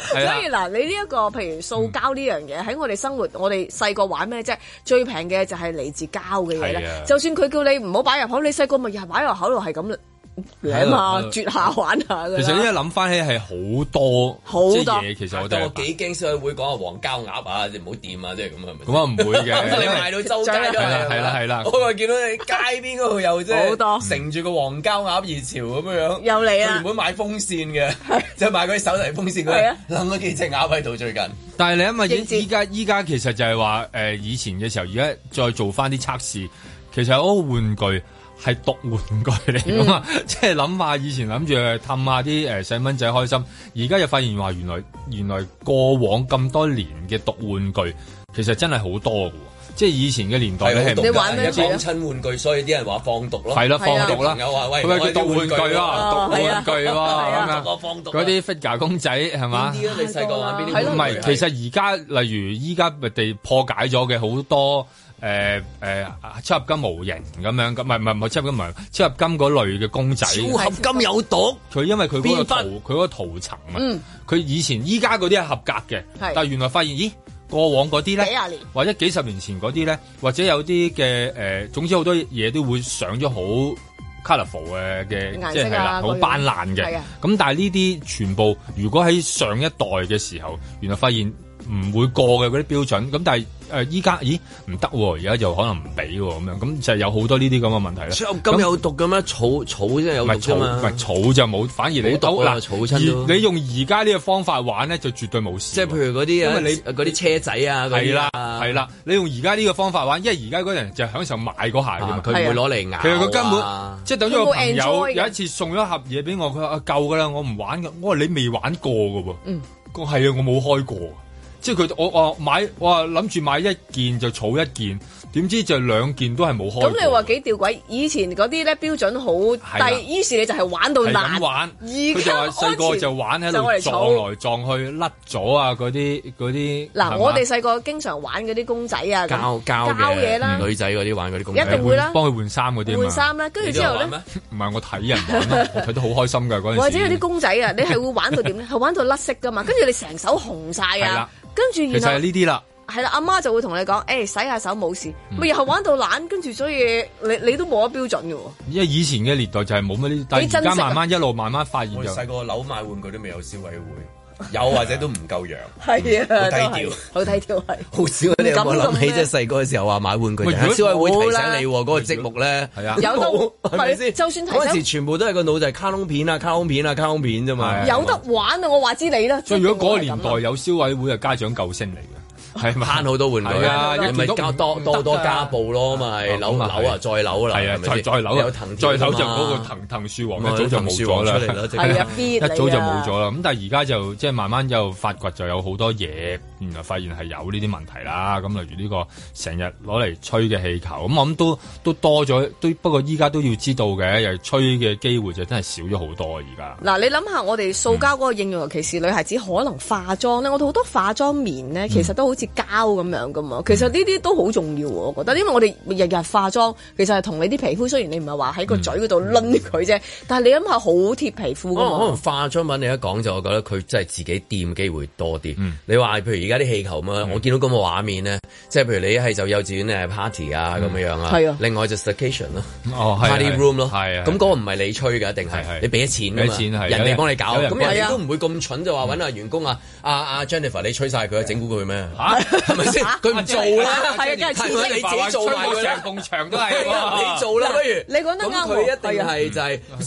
D: 所
C: 係啊嗯
D: 以嗱，你呢、一個譬如塑膠呢樣嘢喺我哋生活，我哋細個玩咩啫？最平嘅就係嚟自膠嘅嘢
C: 係啊
D: 咧。就算佢叫你唔好擺入口，你細個咪又係擺入口度係咁舐
C: 係
D: 下、
C: 咯
D: 啜下、玩下㗎啦
C: 啊其實呢一諗翻起係好多
D: 好多
C: 即係嘢，其實我哋係
B: 啊我幾驚商會講啊黃膠鴨啊，你唔好掂啊，即係咁係咪？
C: 咁啊唔會嘅
B: 咁你賣到周街都
C: 係啦
B: 係。
C: 係啦係啦
B: 我。話見到你街邊嗰度又即係
D: 好多嗯啊
B: 乘住個黃膠鴨熱潮咁樣，
D: 又嚟啦
B: 佢原本買風扇嘅，就係買嗰啲手提風
D: 係
B: 扇嗰
D: 啊
B: 啲，諗咗幾隻鴨喺度最近。
C: 但係你諗下，依依家依家其實就係話誒以前嘅時候，而家再做翻啲測試，其實嗰個玩具係毒玩具嚟噶嘛，
B: 嗯
C: 即係諗下以前諗住誒氹下啲誒細蚊仔開心，而家又發現話原來原來過往咁多年嘅毒玩具其實真係好多嘅喎，即係以前嘅年代
B: 係好
C: 係
B: 毒
C: 冇
B: 㗎一講親玩具，所以啲人話放毒咯。
C: 係啦，放
B: 我啲
C: 毒啦，
B: 朋友話喂，
C: 佢
B: 我
C: 話
B: 啲
C: 叫毒玩具
B: 喎
C: 喎，毒
B: 係啊
C: 玩具喎，咁
B: 放毒啊
C: 樣
B: 放毒啊
C: 嗰啲 figure 公仔係嘛？
B: 邊啲啊你細個玩邊啲玩具
C: 唔係，其實而家例如依家咪地破解咗嘅好多誒誒啊超合金模型咁樣，咁唔係唔係唔係超合金模型，超合金嗰類嘅公仔。
B: 超合金有 毒，
C: 佢因為佢嗰個
B: 邊
C: 圖
B: 忽
C: 佢嗰個圖層啊
B: 嗯，
C: 佢以前依家嗰啲係合格嘅，但係原來發現咦過往嗰啲咧
D: 幾廿年，
C: 或者幾十年前嗰啲咧，或者有啲嘅誒，總之好多嘢都會上咗好 colourful 嘅
D: 顏色啊
C: 嘅，即係係啦，好
D: 嗰樣
C: 斑斕嘅
D: 係啊。
C: 咁但係呢啲全部如果喺上一代嘅時候，原來發現唔會過嘅嗰啲標準，咁但係誒依家咦唔得喎，而家就可能唔俾喎咁樣，咁就有好多呢啲咁嘅問 題啦。
B: 超合金有毒嘅咩？草草真係有
C: 唔
B: 毒
C: 係草，
B: 啫
C: 唔
B: 嘛
C: 係。草就冇，反而你
B: 冇毒啊
C: 嗱
B: 草親都
C: 而你用而家呢個方法玩咧，就絕對冇事。即係譬
B: 如嗰啲啊
C: 因為你
B: 嗰啲車仔啊，嗰
C: 係
B: 啲
C: 啦
B: 啊，
C: 係啦，你用而家呢個方法玩，因為而家嗰啲人就享受買嗰下㗎嘛
B: 啊，佢唔會攞嚟咬啊
C: 其實佢根本即係等咗個朋
B: 佢
C: 友
B: 會 enjoy 嘅
C: 有一次送咗盒嘢俾我，佢話啊夠㗎啦，我唔玩㗎。我話你未玩過㗎喎，
D: 嗯
C: 我話係啊，我冇開過。即係佢我我買我話諗住買一件就儲一件，點知就兩件都係冇開過。啊
D: 咁你話幾吊鬼？以前嗰啲咧標準好
C: 係啦
D: 低，於是你就係玩到
C: 係
D: 爛
C: 咁玩，
D: 而
C: 佢
D: 家
C: 就話細個就玩喺
D: 就我
C: 度
D: 嚟
C: 撞
D: 儲
C: 來撞去，甩咗啊嗰啲嗰啲。係嘛
D: 嗱，我哋細個經常玩嗰啲公仔啊，咁
B: 膠膠
D: 膠嘢啦
B: 嘅，女仔嗰啲玩嗰啲公仔，
D: 一定會啦
C: 幫佢換衫嗰啲啊嘛
D: 換衫啦跟住之後呢你都有玩
C: 唔係我睇人玩咯，我睇得好開心㗎嗰陣時。
D: 或者有啲公仔 啊，你係會玩到點咧？係玩到甩色噶嘛，跟住你成手紅晒
C: 係
D: 啊
C: 啦，
D: 跟
C: 其
D: 住
C: 實係
D: 然後
C: 呢。啲啦。
D: 係啦，阿媽就會同你講，誒、洗下手冇事，
C: 嗯
D: 咪又係玩到懶，跟住所以你你都冇得標準嘅喎。
C: 因為以前嘅年代就係冇乜呢啲，但
D: 你
C: 係
D: 珍
C: 而
D: 惜啊
C: 家慢慢一路慢慢發現
B: 我
C: 就
B: 細個樓買玩具都未有消委會，有或者都唔夠樣。
D: 係
C: 嗯
B: 啊好低調
D: 好低調
C: 啊
D: 係。
B: 好少你有冇諗起即係細個嘅時候話買玩具，消委會提醒你喎，嗰個節目咧， 係啊
D: 有得
B: 係咪先？
D: 就算提醒
B: 嗰陣時全部都係個腦就係卡通片啊、卡通片啊、卡通片啫嘛，
D: 有得玩啊！我話知你啦。
C: 所以如果嗰個
D: 一定
C: 年
D: 會係咁
C: 代有消委會嘅家長救星嚟嘅，係咪
B: 慳好多玩具
C: 係啊，
B: 你咪加多多多加布咯，咪扭扭啊，再扭
C: 哦
B: 啦，
C: 係啊，再再扭
B: 有
C: 啊，
B: 藤
C: 再扭就嗰個藤藤樹王
B: 咪
C: 一早就冇咗啦，
B: 藤樹王出嚟啦即刻
C: 係
B: 係
C: 啊
B: 啊
C: 一
B: fit
C: 早就
B: 你
C: 冇
B: 啊
C: 咗啦。咁但係而家就即係慢慢又發掘就有好多嘢，原來發現係有呢啲問題啦。咁例如呢個成日攞嚟吹嘅氣球，咁我諗都都多咗，都不過依家都要知道嘅，又係吹嘅機會就真係少咗好多而家。
D: 嗱，你諗下我哋塑
B: 嗯
D: 膠嗰個應用，尤其是女孩子可能化妝咧，我哋好多化妝棉
B: 嗯
D: 咧，其實都好似膠咁樣噶嘛。其實呢啲都好重要喎，我覺得，因為我哋日日化妝，其實係同你啲皮膚，雖然你唔係話喺
B: 嗯
D: 個嘴嗰度攆佢啫，但係你諗下好貼皮膚
B: 可
D: 噶
B: 能可能
D: 嘛。
B: 化妝品你一講就，我覺得佢真係自己掂機會多啲。
C: 嗯
B: 你話譬如而家啲氣球咁啊，我見到咁嘅畫面咧，即係譬如你一係就幼稚園誒 party 啊咁樣樣啊，
C: 係啊
B: 另外就 station 咯，
C: 哦係
B: party
C: 係
B: room 咯，
C: 係啊
B: 咁嗰個唔係你吹㗎，一定係你俾咗錢㗎
C: 俾
B: 嘛
C: 咗錢係
B: 人
C: 有
B: 哋
C: 人
B: 幫你搞，
C: 有人
B: 咁
C: 幫你
B: 人
C: 搞
B: 哋
C: 嗯
B: 都唔會咁蠢就話揾阿員工啊，阿阿 Jennifer 你吹晒佢，整蠱佢咩？係咪先？佢唔做啦，
D: 係啊梗係黐線
B: 你自己做埋佢啦
C: 吹過成埲牆都係喎
B: 係啊 你做啦，不如
D: 你講得啱
B: 咁
D: 喎哎
B: 佢一定係就係
C: 嗯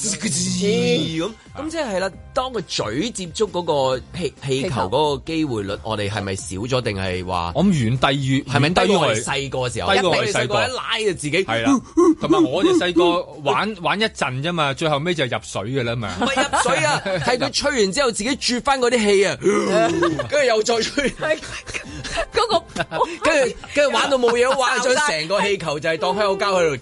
B: 咁，咁即係啦。當個嘴接觸嗰個氣氣球嗰個機會率，我哋係咪少咗定係話？
C: 我遠低於
B: 係咪
C: 遠哦低於
B: 低於我
C: 我
B: 哋細個嘅時候
C: 低於我
B: 一
C: 哋
B: 定
C: 細
B: 細個
C: 個
B: 一拉就自己
C: 係啦，同埋我哋細個玩玩一陣啫嘛，最後尾就入水嘅啦嘛。
B: 喂入水 啊！係佢吹完之後自己啜翻嗰啲氣啊，跟住又再吹，
D: 嗰個
B: 跟住跟住玩到冇嘢好玩，將成個氣球就係當香口膠喺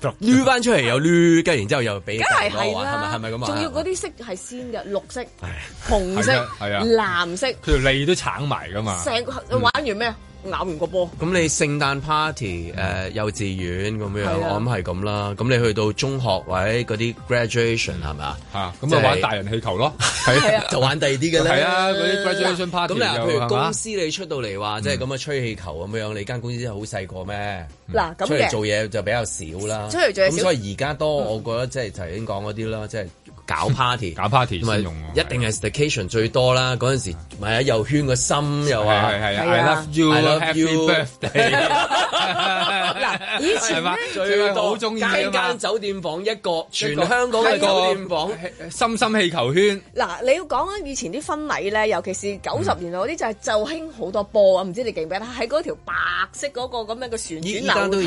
B: 度，捋翻出嚟又捋，跟住然之後又俾
D: 梗係
B: 大家
D: 係
B: 玩，係咪
D: 啦，
B: 係咪咁啊？
D: 仲要嗰啲色係鮮嘅，綠色、紅色
C: 係啊係啊、
D: 藍色，
B: 啊
C: 佢條脷都橙埋噶嘛。
B: 嗯
D: 成個玩完咩？啊咬完個波。
B: 咁你聖誕 party 誒、幼稚園咁樣，
D: 係啊
B: 我諗係咁啦。咁你去到中學或者嗰啲 graduation 係咪啊？
C: 嚇
B: 即
C: 咁
B: 係
C: 啊玩大人氣球咯，
B: 係
C: 係
B: 啊，就玩第二啲嘅咧。
C: 係啊嗰啲 graduation party
B: 咁你話
C: 又
B: 譬如
C: 係嘛
B: 公司你出到嚟話，即係咁啊吹氣球咁樣，你間公司真係好細個咩？
D: 嗱咁嘅
B: 嗯出嚟做嘢就比較少啦。
D: 出嚟做嘢
B: 咁
D: 少嗯
B: 所以而家多，我覺得即係頭先講嗰啲啦，即係。搞 party，搞
C: party
B: 先用一定係 station 最多啦。嗰陣時咪啊，又圈個心又話
C: 係係係係啊 I love you,
B: I love
C: happy
B: you
C: birthday
D: 嗱，以前咧
B: 最多
C: 好鍾意啊嘛
B: 間間酒店房一個，全香港嘅酒店房。
C: 個深深氣球圈。
D: 嗱，你要講緊以前啲婚禮咧，尤其是九十年代嗰啲就係就興好多波啊！唔知你記唔記得喺嗰條白色嗰個咁樣嘅旋轉
C: 依
D: 樓梯，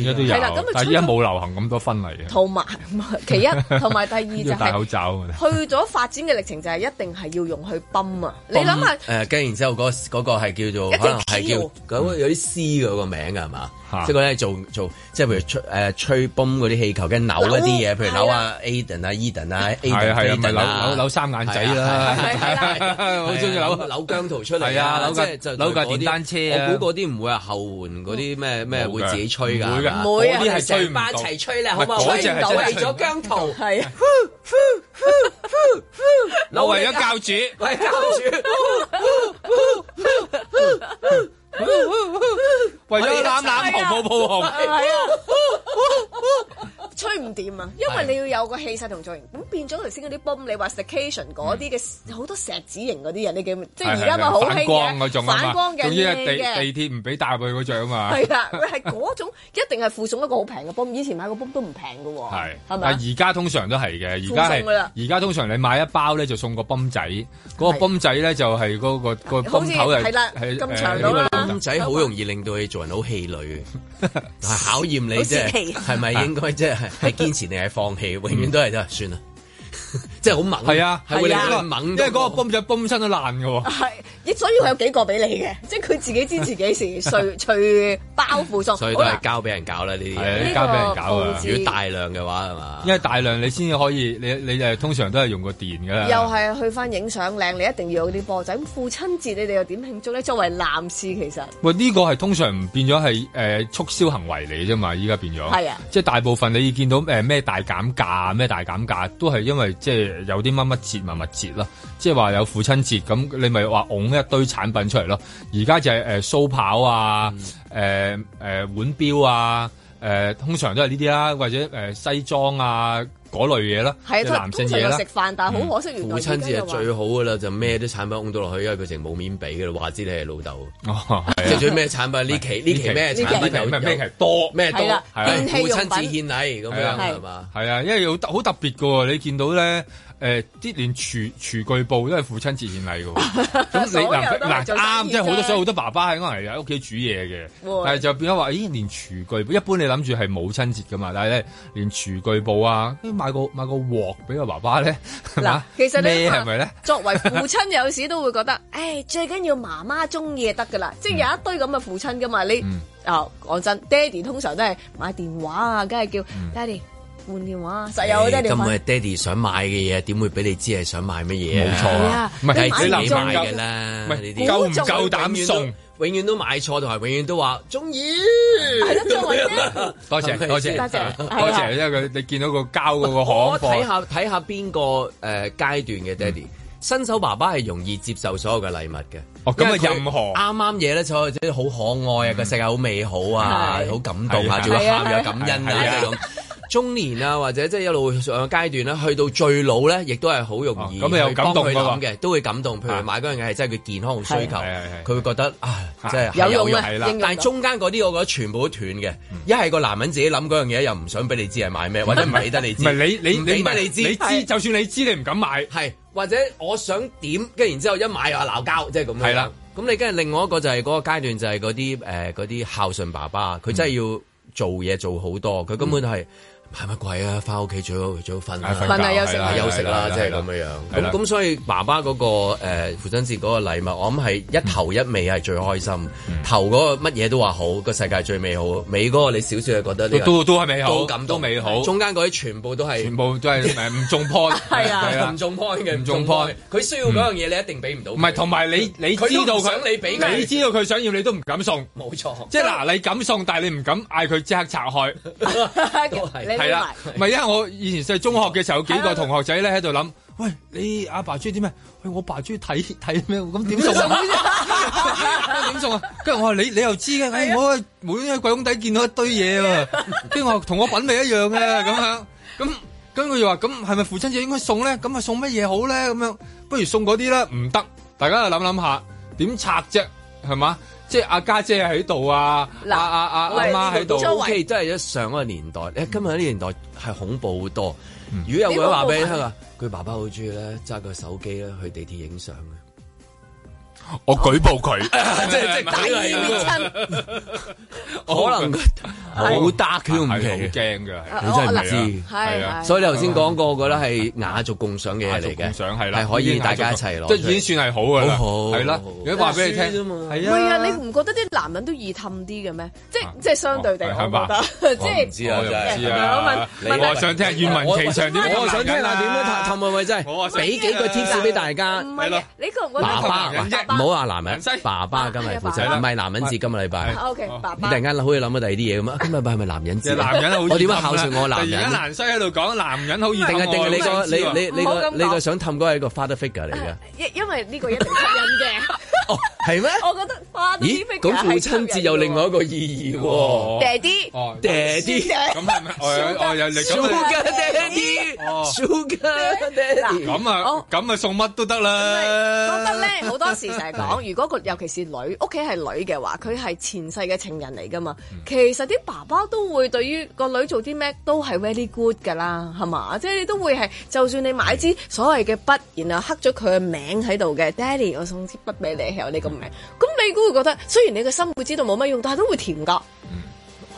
C: 依家都有
D: 係啦，咁啊，
C: 但係
D: 吹
C: 依家
D: 到
C: 冇流行咁多婚禮嘅，
D: 同埋 其一，同埋第二就
C: 要戴口
D: 係、
C: 罩啊。
D: 去咗發展嘅歷程就係一定係要用去泵啊！你
B: 泵
D: 諗下。
B: 誒，跟然之後嗰嗰個係叫做
D: 一條
B: 可能係叫嗰有啲詩嘅個名㗎係嘛？即係嗰啲係做做即係譬如吹誒吹泵嗰啲氣球，跟住扭一啲嘢，譬如扭啊 Aden 啊 Eden 啊 Aden
C: 係啊係啊
B: Aden
C: 咪扭
B: 啊
C: 扭扭三眼仔啦
B: 係啊係啊係啊係啊
C: 好鍾意扭
B: 扭姜圖出嚟
C: 係啊扭架
B: 即係就
C: 扭架
B: 嗰啲
C: 電單車啊
B: 我估嗰啲唔會係後援嗰啲咩咩
C: 冇
B: 會
C: 㗎
B: 自己吹㗎，
C: 唔會㗎
B: 係嘛
C: 嗰啲係吹唔
B: 成班
C: 到
B: 齊吹啦，
C: 唔
B: 好
C: 係
B: 嘛？
C: 嗰
B: 吹
C: 隻係
B: 唔到，
C: 真係
B: 為
C: 吹唔
B: 咗姜圖
D: 係啊。
C: 我為咗教主，
B: 為咗教主。
C: 為咗攬攬紅抱抱紅
D: 係啊，吹唔掂啊！因為你要有個氣勢同造型，咁變咗頭先嗰啲 boom，你話 station 嗰啲嘅好多石子型嗰啲人，你記唔即係而家咪好興
C: 反光嗰種啊
D: 反
C: 嘛，
D: 光嘅
C: 總之係
D: 靚嘅
C: 地地鐵唔俾搭去嗰種啊 嘛。
D: 係啦，佢係嗰種一定係附送一個好平嘅 boom，以前買個 boom 都唔平嘅喎，
C: 係，
D: 係咪
C: 但
D: 啊？
C: 係而家通常都係嘅，而
D: 送
C: 家
D: 送㗎啦
C: 係而家通常你買一包咧就送個泵仔，嗰個
D: 係
C: 泵仔咧就係嗰個個泵頭
D: 好似係啦咁長到啦
C: 啊
B: 金仔好容易令到你做人好 氣餒嘅，係考驗你即
D: 好泄
B: 係
D: 氣
B: 係
C: 啊
B: 咪應該即係係堅持定係 放棄，永遠都係就算啦， 即係好猛，
C: 係啊，
B: 係會令到你
C: 猛，
B: 猛
C: 因
B: 到
C: 為嗰個泵仔泵身都爛 嘅喎。
D: 係，亦所以佢有幾個俾你嘅， 即係佢自己知自己 是隨隨包附送。
B: 所以
D: 好
B: 都
D: 啦
B: 係交俾人搞啦呢啲
C: 係
B: 嘢，
C: 交俾人搞啊呢個佈置
B: 如果大量嘅話係嘛？
C: 因為大量你先至可以，你你誒通常都係用個電㗎啦。
D: 又係去翻影相靚，你一定要有啲波仔。咁父親節你哋又點慶祝咧？作為男士其實
C: 喂，呢、個係通常唔變咗係誒促銷行為嚟啫嘛，依家變咗，
D: 係啊
C: 即係大部分你見到誒咩、大減價、咩大減價，都係因為即係有啲乜乜節、乜乜節啦，即係話有父親節咁，你咪話拱一堆產品出嚟咯。而家就係、誒、鬚刨啊、誒、誒、腕錶啊、誒、通常都係呢啲啦，或者誒、西裝啊嗰類嘢啦，
D: 係
C: 即
D: 啊，
C: 男
D: 通
C: 性
D: 常
C: 嘢
D: 就
C: 啦嗯
D: 食。飯，但係好可惜，原來
B: 父親節係最
D: 好。
B: 好噶啦，就咩啲產品拱到落去，因為佢成冇面俾噶啦，話知你係老豆。
C: 哦，係啊
B: 即係最咩產品？呢期呢期咩產
C: 呢
B: 品
C: 期
B: 有
C: 咩咩
B: 有
C: 期多
B: 咩多？
D: 係啦
B: 係
D: 電器
B: 父
D: 用
B: 親
D: 品
B: 節獻禮咁樣係嘛？
C: 係啊，因為好特好特別嘅喎，你見到咧誒啲連廚廚具部都係父親節獻禮嘅 喎，咁你
D: 所有都
C: 嗱
D: 係
C: 嗱
D: 做生意
C: 啱，即係好多
D: 啫
C: 所以好多爸爸係可能喺屋企煮嘢嘅
D: 會，
C: 但係就變咗話，咦連廚具部一般你諗住係母親節嘅嘛，啊但係咧連廚具部啊，跟住買個買個鑊俾個爸爸咧，係
D: 嗱
C: 嘛，
D: 其實
C: 咩
D: 咧，
C: 係咪咧？
D: 作為父親有時都會覺得， 誒最緊要媽媽中意就得㗎啦，
B: 嗯
D: 即係有一堆咁嘅父親㗎嘛。你啊講真，爹哋通常都係買電話啊，梗係叫爹哋換電話啊，實有爹哋
B: 嗯咁
D: 買
B: 咪。爹哋想買嘅嘢，點會俾你知係想買乜嘢啊？
C: 冇錯啊係啊唔係
B: 梗係自
C: 你
B: 己
C: 諗
B: 買
C: 下
B: 嘅啦。
C: 唔係
B: 呢啲
C: 夠唔夠膽送
B: 永遠都？永遠都買錯，同埋永遠都話中意。
D: 係咯，作為爹哋
C: 多謝多謝
D: 多謝
C: 多
D: 係
C: 謝，
D: 啊
C: 因為佢你見到個膠嗰個行
B: 我睇
C: 貨，
B: 下睇下邊個誒階段嘅爹
C: 嗯
B: 哋。新手爸爸係容易接受所有嘅禮物嘅，
C: 哦咁啊
B: 因為佢
C: 任何嗯
B: 啱啱嘢咧，就即係好可愛啊，個世界好美好啊，
D: 係
B: 好感動
C: 係
B: 啊，
C: 啊
B: 仲要喊
D: 係啊
B: 有感恩
C: 係
B: 啊
C: 啊
B: 即係咁。中年啊，或者即係一路上嘅階段咧，去到最老咧，亦都係好容易
C: 哦咁啊有
B: 去幫
C: 感動
B: 佢
C: 㗎喎
B: 諗嘅，都會感動。譬
C: 啊
B: 如買嗰樣嘢係真係佢健康嘅需求，
C: 係係係
B: 佢會覺得啊，
C: 啊
B: 真係
D: 有
B: 係
D: 用
C: 用
D: 啊
C: 係
D: 應
C: 啦
D: 用
B: 但係
D: 到
B: 中間嗰啲，我覺得全部都斷嘅。
C: 嗯
B: 一係個男人自己諗嗰樣嘢，又唔想俾你知係 買咩，或者唔俾得你
C: 唔
B: 知。
C: 係你你
B: 唔
C: 你
B: 俾得你知，
C: 你知就算你知你唔敢買。
B: 係或者我想點，跟住然之後一買又話鬧交，即係咁樣。
C: 係啦，
B: 咁你跟住另外一個就係嗰個呃階段就
C: 嗯
B: 係嗰啲誒嗰啲孝順爸爸，佢真係要做嘢做好多，佢根本係。係乜鬼啊？翻屋企最好最好瞓啦
D: 瞓覺瞓啊休息
B: 係
D: 係啦
B: 休息啦
D: 係，啦
B: 即
D: 係
B: 係咁樣
D: 啦
B: 樣。
D: 係啦
B: 咁咁所以爸爸嗰個誒父親節嗰個禮物，我諗係一頭一尾係最開心。頭嗰個乜嘢都話好，個世界最美好。尾嗰個你少少係覺得呢個
C: 都都係美好
B: 都感
C: 都
B: 動
C: 美好
B: 中間嗰啲全部都係
C: 全部都係 誒唔中 point，
B: 係啊
C: 係
B: 唔中 point 嘅
C: 唔中
B: 唔中
C: point
B: point。佢需要嗰樣嘢，你一定俾唔到佢。
C: 唔係，同埋你你
B: 佢
C: 知
B: 都唔
C: 道
B: 想
C: 佢，
B: 你俾佢
C: 知道佢想要，你都唔敢送。
B: 冇錯，
C: 即係嗱，你敢送，但係你唔敢嗌佢即刻拆開，
D: 你
C: 係啦。唔係因為我以前細中學嘅時候，有幾個同學仔咧喺度諗：，喂，你阿爸中意啲咩？喂，我爸中意睇 睇咩？咁點送啊？ 點送啊？跟住我話你你又知嘅，唉，我每喺櫃桶底見到一堆嘢喎，跟住我話同我品味一樣嘅咁樣，咁咁佢就話咁係咪父親節應該送咧？咁啊送乜嘢好咧？咁樣不如送嗰啲啦，唔得，大家就諗諗下點拆啫，係嘛？即係阿家姐喺度啊，阿阿阿阿媽喺度
B: 都 OK，真係一上嗰個年代，誒今日呢年代係恐怖好多。如果有個人話俾嗯你聽啊，佢爸爸好中意咧揸個手機咧去地鐵影相嘅，
C: 我舉報佢，
B: 即係即係
C: 第 二親
B: 佢係可能好 dark 佢都唔
C: 係好
B: 奇，
C: 驚㗎係
D: 哦
B: 你真係唔知，
C: 係係啊
B: 所以你頭先講過嗰咧係雅俗共賞嘅嘢嚟嘅，
C: 想係啦，
B: 係可以大家一齊攞出
C: 即
B: 嚟，
C: 係已經算係好㗎啦，
B: 好好
C: 係啦。如果話俾你聽，係
D: 唔係
C: 啊
D: 啊，你唔覺得啲男人都易氹啲嘅咩？即
B: 啊
D: 即係相對地，我
C: 係嘛
D: 覺得 即係
B: 唔知啊，真係
C: 知啊
B: 你
C: 我啊想聽願聞其詳點氹
B: 我啊想聽
C: 人啊
B: 下點樣氹氹喂喂真
C: 我啊
B: 係，
C: 想
B: 俾幾個 tips 俾大家。
D: 唔係你覺唔覺得
B: 爸爸
D: 男人
B: 嗱唔好啊話男人，爸爸今日父
D: 係
B: 親，
D: 啦
B: 唔係男人節今個禮拜。
D: 啊？OK，爸
B: 你突
D: 爸
B: 然間好似諗到第二啲嘢咁啊！今日係咪男人節？
C: 男人好，
B: 我點樣孝順我男
C: 而
B: 人
C: 家？蘭西喺度講男人好易
B: 定
C: 氹
B: 係 定係
C: 我
B: 你個你你你
D: 唔好
B: 個
D: 咁講
B: 你個想氹嗰個係個 father figure 嚟嘅，
D: 因因為呢個一定吸引嘅，
B: 係咩？
D: 我覺得花都
B: 咦，咁父親節有另外一個意義喎。
D: 爹哋，
C: 哦
B: 爹哋
C: 咁係咪？我有我有你咁
B: ，Sugar Daddy，
C: 哦
B: Sugar Daddy。
C: 咁啊咁啊送乜都得啦。
D: 覺得咧好多時成日
B: 嗯
D: 講，如果個尤其是女屋企係女嘅話，佢係前世嘅情人嚟噶嘛。
B: 嗯
D: 其實啲爸爸都會對於個女做啲咩都係 very good 噶啦，係嘛？即係你都會係，就算你買支所謂嘅筆，然後刻咗佢嘅名喺度嘅，Daddy，我送支筆俾你，係有你個名。咁你都會覺得，雖然你嘅心會知道冇乜用，但係都會甜噶。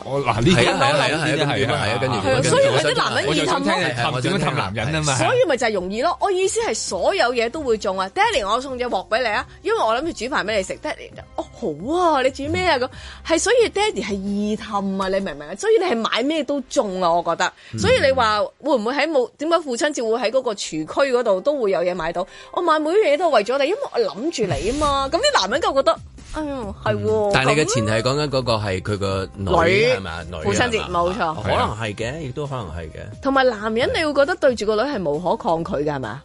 C: 我嗱呢
B: 係啊係啊係啊係啊咁點啊係啊跟住點啊跟住我想
C: 我就想聽
B: 啊
C: 你氹點樣氹男人啊嘛。
D: 所以咪就係容易咯。我意思係所有嘢都會中啊。Daddy，我送隻鑊俾你啊，因為我諗住煮飯俾你食。Daddy，哦好啊，你煮咩啊咁？係所以 Daddy 係易氹啊，你明唔明啊？所以你係買咩都中啊，我覺得。
B: 嗯
D: 所以你話會唔會喺冇點解父親節會喺嗰個廚區嗰度都會有嘢買到？我買每樣嘢都係為咗你，因為我諗住你啊嘛。咁啲男人就覺得，哎呀係喎。
B: 但係你嘅
D: 咁
B: 前提係講緊嗰個係佢個女
D: 女
B: 係嘛？女啊
D: 父親節
B: 係啊嘛
D: 冇錯
B: 可能係嘅，亦都可能係嘅。
D: 同埋男人，你會覺得對住個女係無可抗拒嘅係嘛？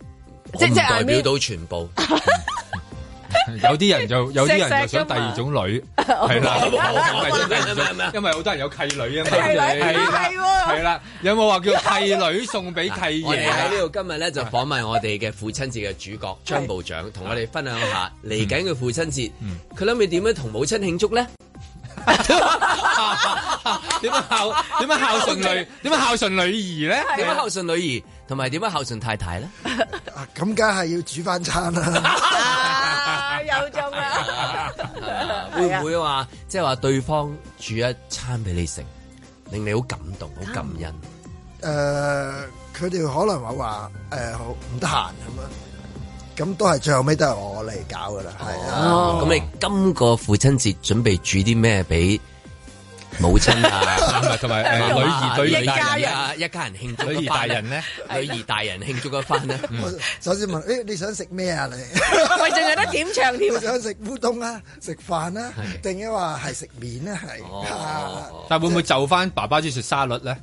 D: 即
B: 我唔
D: 即係
B: 代
D: I mean-
B: 表到全部。
C: 有啲 人就有啲人就想第二種女，
D: 哦
C: 係啦，因為好多人有契女啊嘛，係啦，有冇話叫契女送俾契
B: 我哋
C: 爺啊
B: 喺？呢度今日咧就訪問我哋嘅父親節嘅主角張部長，同我哋分享下嚟緊嘅父親節，佢諗住點樣同母親慶祝咧？
C: 點樣孝點樣孝順 女點樣孝順女兒咧？
B: 點樣孝順女兒，同埋點樣孝順太太咧？
L: 啊咁梗係要煮翻餐啦。
D: 啊，有中 啊！
B: 會唔會話即係話對方煮一餐俾你食，令你好感動、好感恩？
L: 誒、呃佢哋可能話話誒好唔得閒咁樣，咁都係最後尾都係我嚟搞噶啦，係啊。
C: 哦
B: 咁你今個父親節準備煮啲咩俾母親 啊，
C: 同埋誒女兒女兒大人
B: 啊，一家人慶祝
C: 女兒大人咧，
B: 女兒大人慶祝一啊番咧，
C: 嗯
L: 我首先問，誒、你想食咩啊？你
D: 喂，仲有得點唱添
L: 你？想食烏冬啊？食飯啊？定係話係食面啊？係、啊
C: 但會唔會就翻爸爸中意食沙律咧？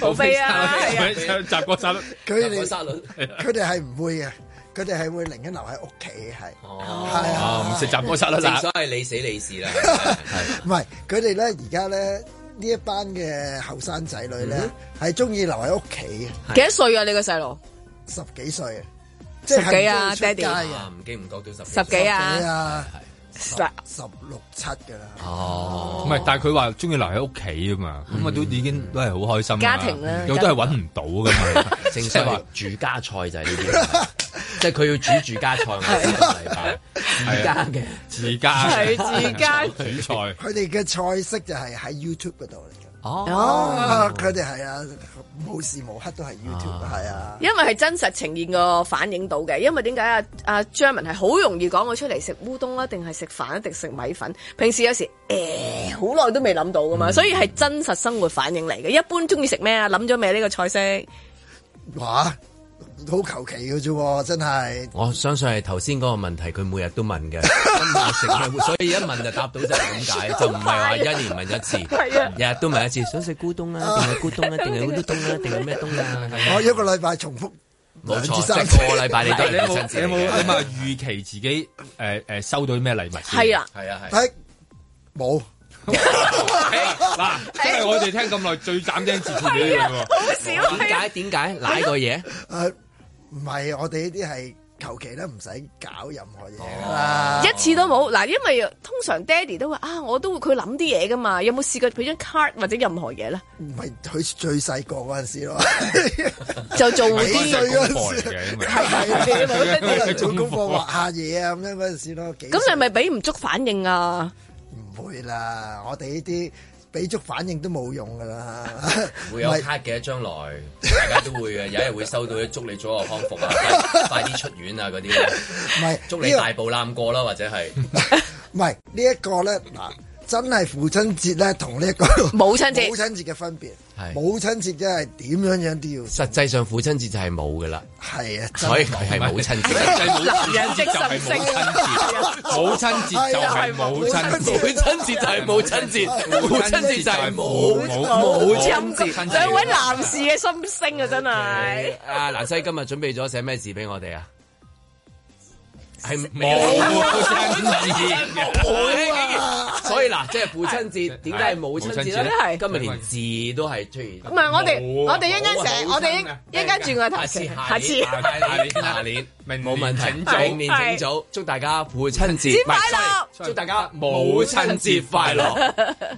D: 冇飛啊！
C: 習 過沙律，
L: 佢哋
B: 有沙律
L: 佢哋係唔會嘅，佢哋係會寧願留喺屋企係，係
C: 哦，唔
L: 啊，
C: 食習過沙律
B: 正
C: 啦。
B: 所謂你死你事啦。
L: 唔係佢哋咧而家咧呢一班嘅後生仔女咧
A: 嗯
L: 係中意留喺屋企嘅，
D: 幾多歲啊？你個細路
L: 十幾歲啊，即係
D: 十幾啊
L: 唔中意出街
D: 爹
L: 嘅
B: 啊唔經唔覺 到十
D: 十幾
L: 係
D: 啊？
L: 啊，
D: 十
L: 十六七㗎啦。
B: 哦
C: 唔係，但係佢話中意留喺屋企啊嘛，咁啊都已經都係好開心啦。啊
D: 家庭啦
C: 又都係揾唔到 噶嘛。
B: 正所謂住家菜就係呢啲，即係佢要煮住家菜，我哋今個禮拜自家嘅。
C: 啊自家
D: 係自家
C: 煮菜，
L: 佢哋嘅菜式就係喺 YouTube 嗰度嚟嘅。
B: 哦
L: 啊佢哋係啊，無時無刻都係 YouTube，係啊。
D: 因為係真實呈現個反映到嘅，因為點解啊啊張文係好容易講我出嚟食烏冬啦，定係食飯，一定食米粉。平時有時誒好耐都未諗到噶嘛，所以係真實生活反映嚟嘅。一般中意食咩啊？諗咗未呢個菜式？
L: 哇！好求其嘅啫喎，真係。
B: 我相信係頭先嗰個問題，佢每日都問 嘅，今日食咩會所以一問就答到就係咁解，就唔係話一年問一次，
L: 係啊
B: 日日都問一次，想食咕咚啊，定係咕咚啊，定係咕咚 啊，定係咩東啊？係
L: 我
B: 啊
L: 一個禮拜重複
B: 冇
L: 兩
B: 錯
L: 至
B: 即
L: 三
B: 係個禮拜 你都係
C: 你有
B: 親自
C: 冇
B: 嚟
C: 有
B: 嘅
C: 冇你有冇預期自己誒誒收到啲咩禮物先？
D: 係啊
C: 係啊係。
L: 誒冇。
C: 嗱，真係我哋聽咁耐最斬釘截鐵嘅呢樣喎。
B: 點解點解奶個 嘢？
L: 誒唔係，我哋呢啲係求其啦，唔使搞任何嘢㗎啦。
D: 一次都冇嗱，因為通常爹哋都話啊，我都會佢諗啲嘢噶嘛。有冇試過俾張 card 或者任何嘢咧？
L: 唔係佢最細個嗰陣時 咯，
D: 就做
L: 幾
D: 啲
L: 歲嗰陣時，
C: 係
L: 係
D: 係
L: 可能做功課畫下嘢啊咁樣嗰陣時咯，幾
D: 咁你係咪俾唔足反應啊？
L: 唔會啦，我哋呢啲俾足反應都冇用㗎啦。
B: 會有
L: 唔係
B: 卡嘅，將來大家都 會嘅，有一日會收到祝你早日康復啊，快快啲出院啊嗰啲咧，
L: 唔係
B: 祝你
L: 呢個
B: 大步攬過啦，或者 係
L: 唔係呢一個咧嗱，真係父親節咧同呢一個
D: 母親節
L: 母親節嘅分別
B: 係。
L: 母親節真係點樣樣都要
B: 實際上父親節就係冇噶啦，
L: 係啊，真
B: 所以佢係母親節。
C: 男人即神聖，母親節就係母親節，
B: 母親節就係母親節，母親節就係母母親節。
D: 兩位男士嘅心聲啊，真係
B: 阿蘭西今日準備咗寫咩字俾我哋啊？係母節，所以嗱，即係父親節點解係母親節咧？今日連字都係出現。
D: 唔係我哋
B: 啊
D: 我哋一陣間寫，我哋一一陣間轉個頭
B: 下次
D: 寫，下次
B: 下年下年冇問題，明年請早，祝大家父親節
D: 節快樂
B: 唔係，sorry，祝大家母親節快樂。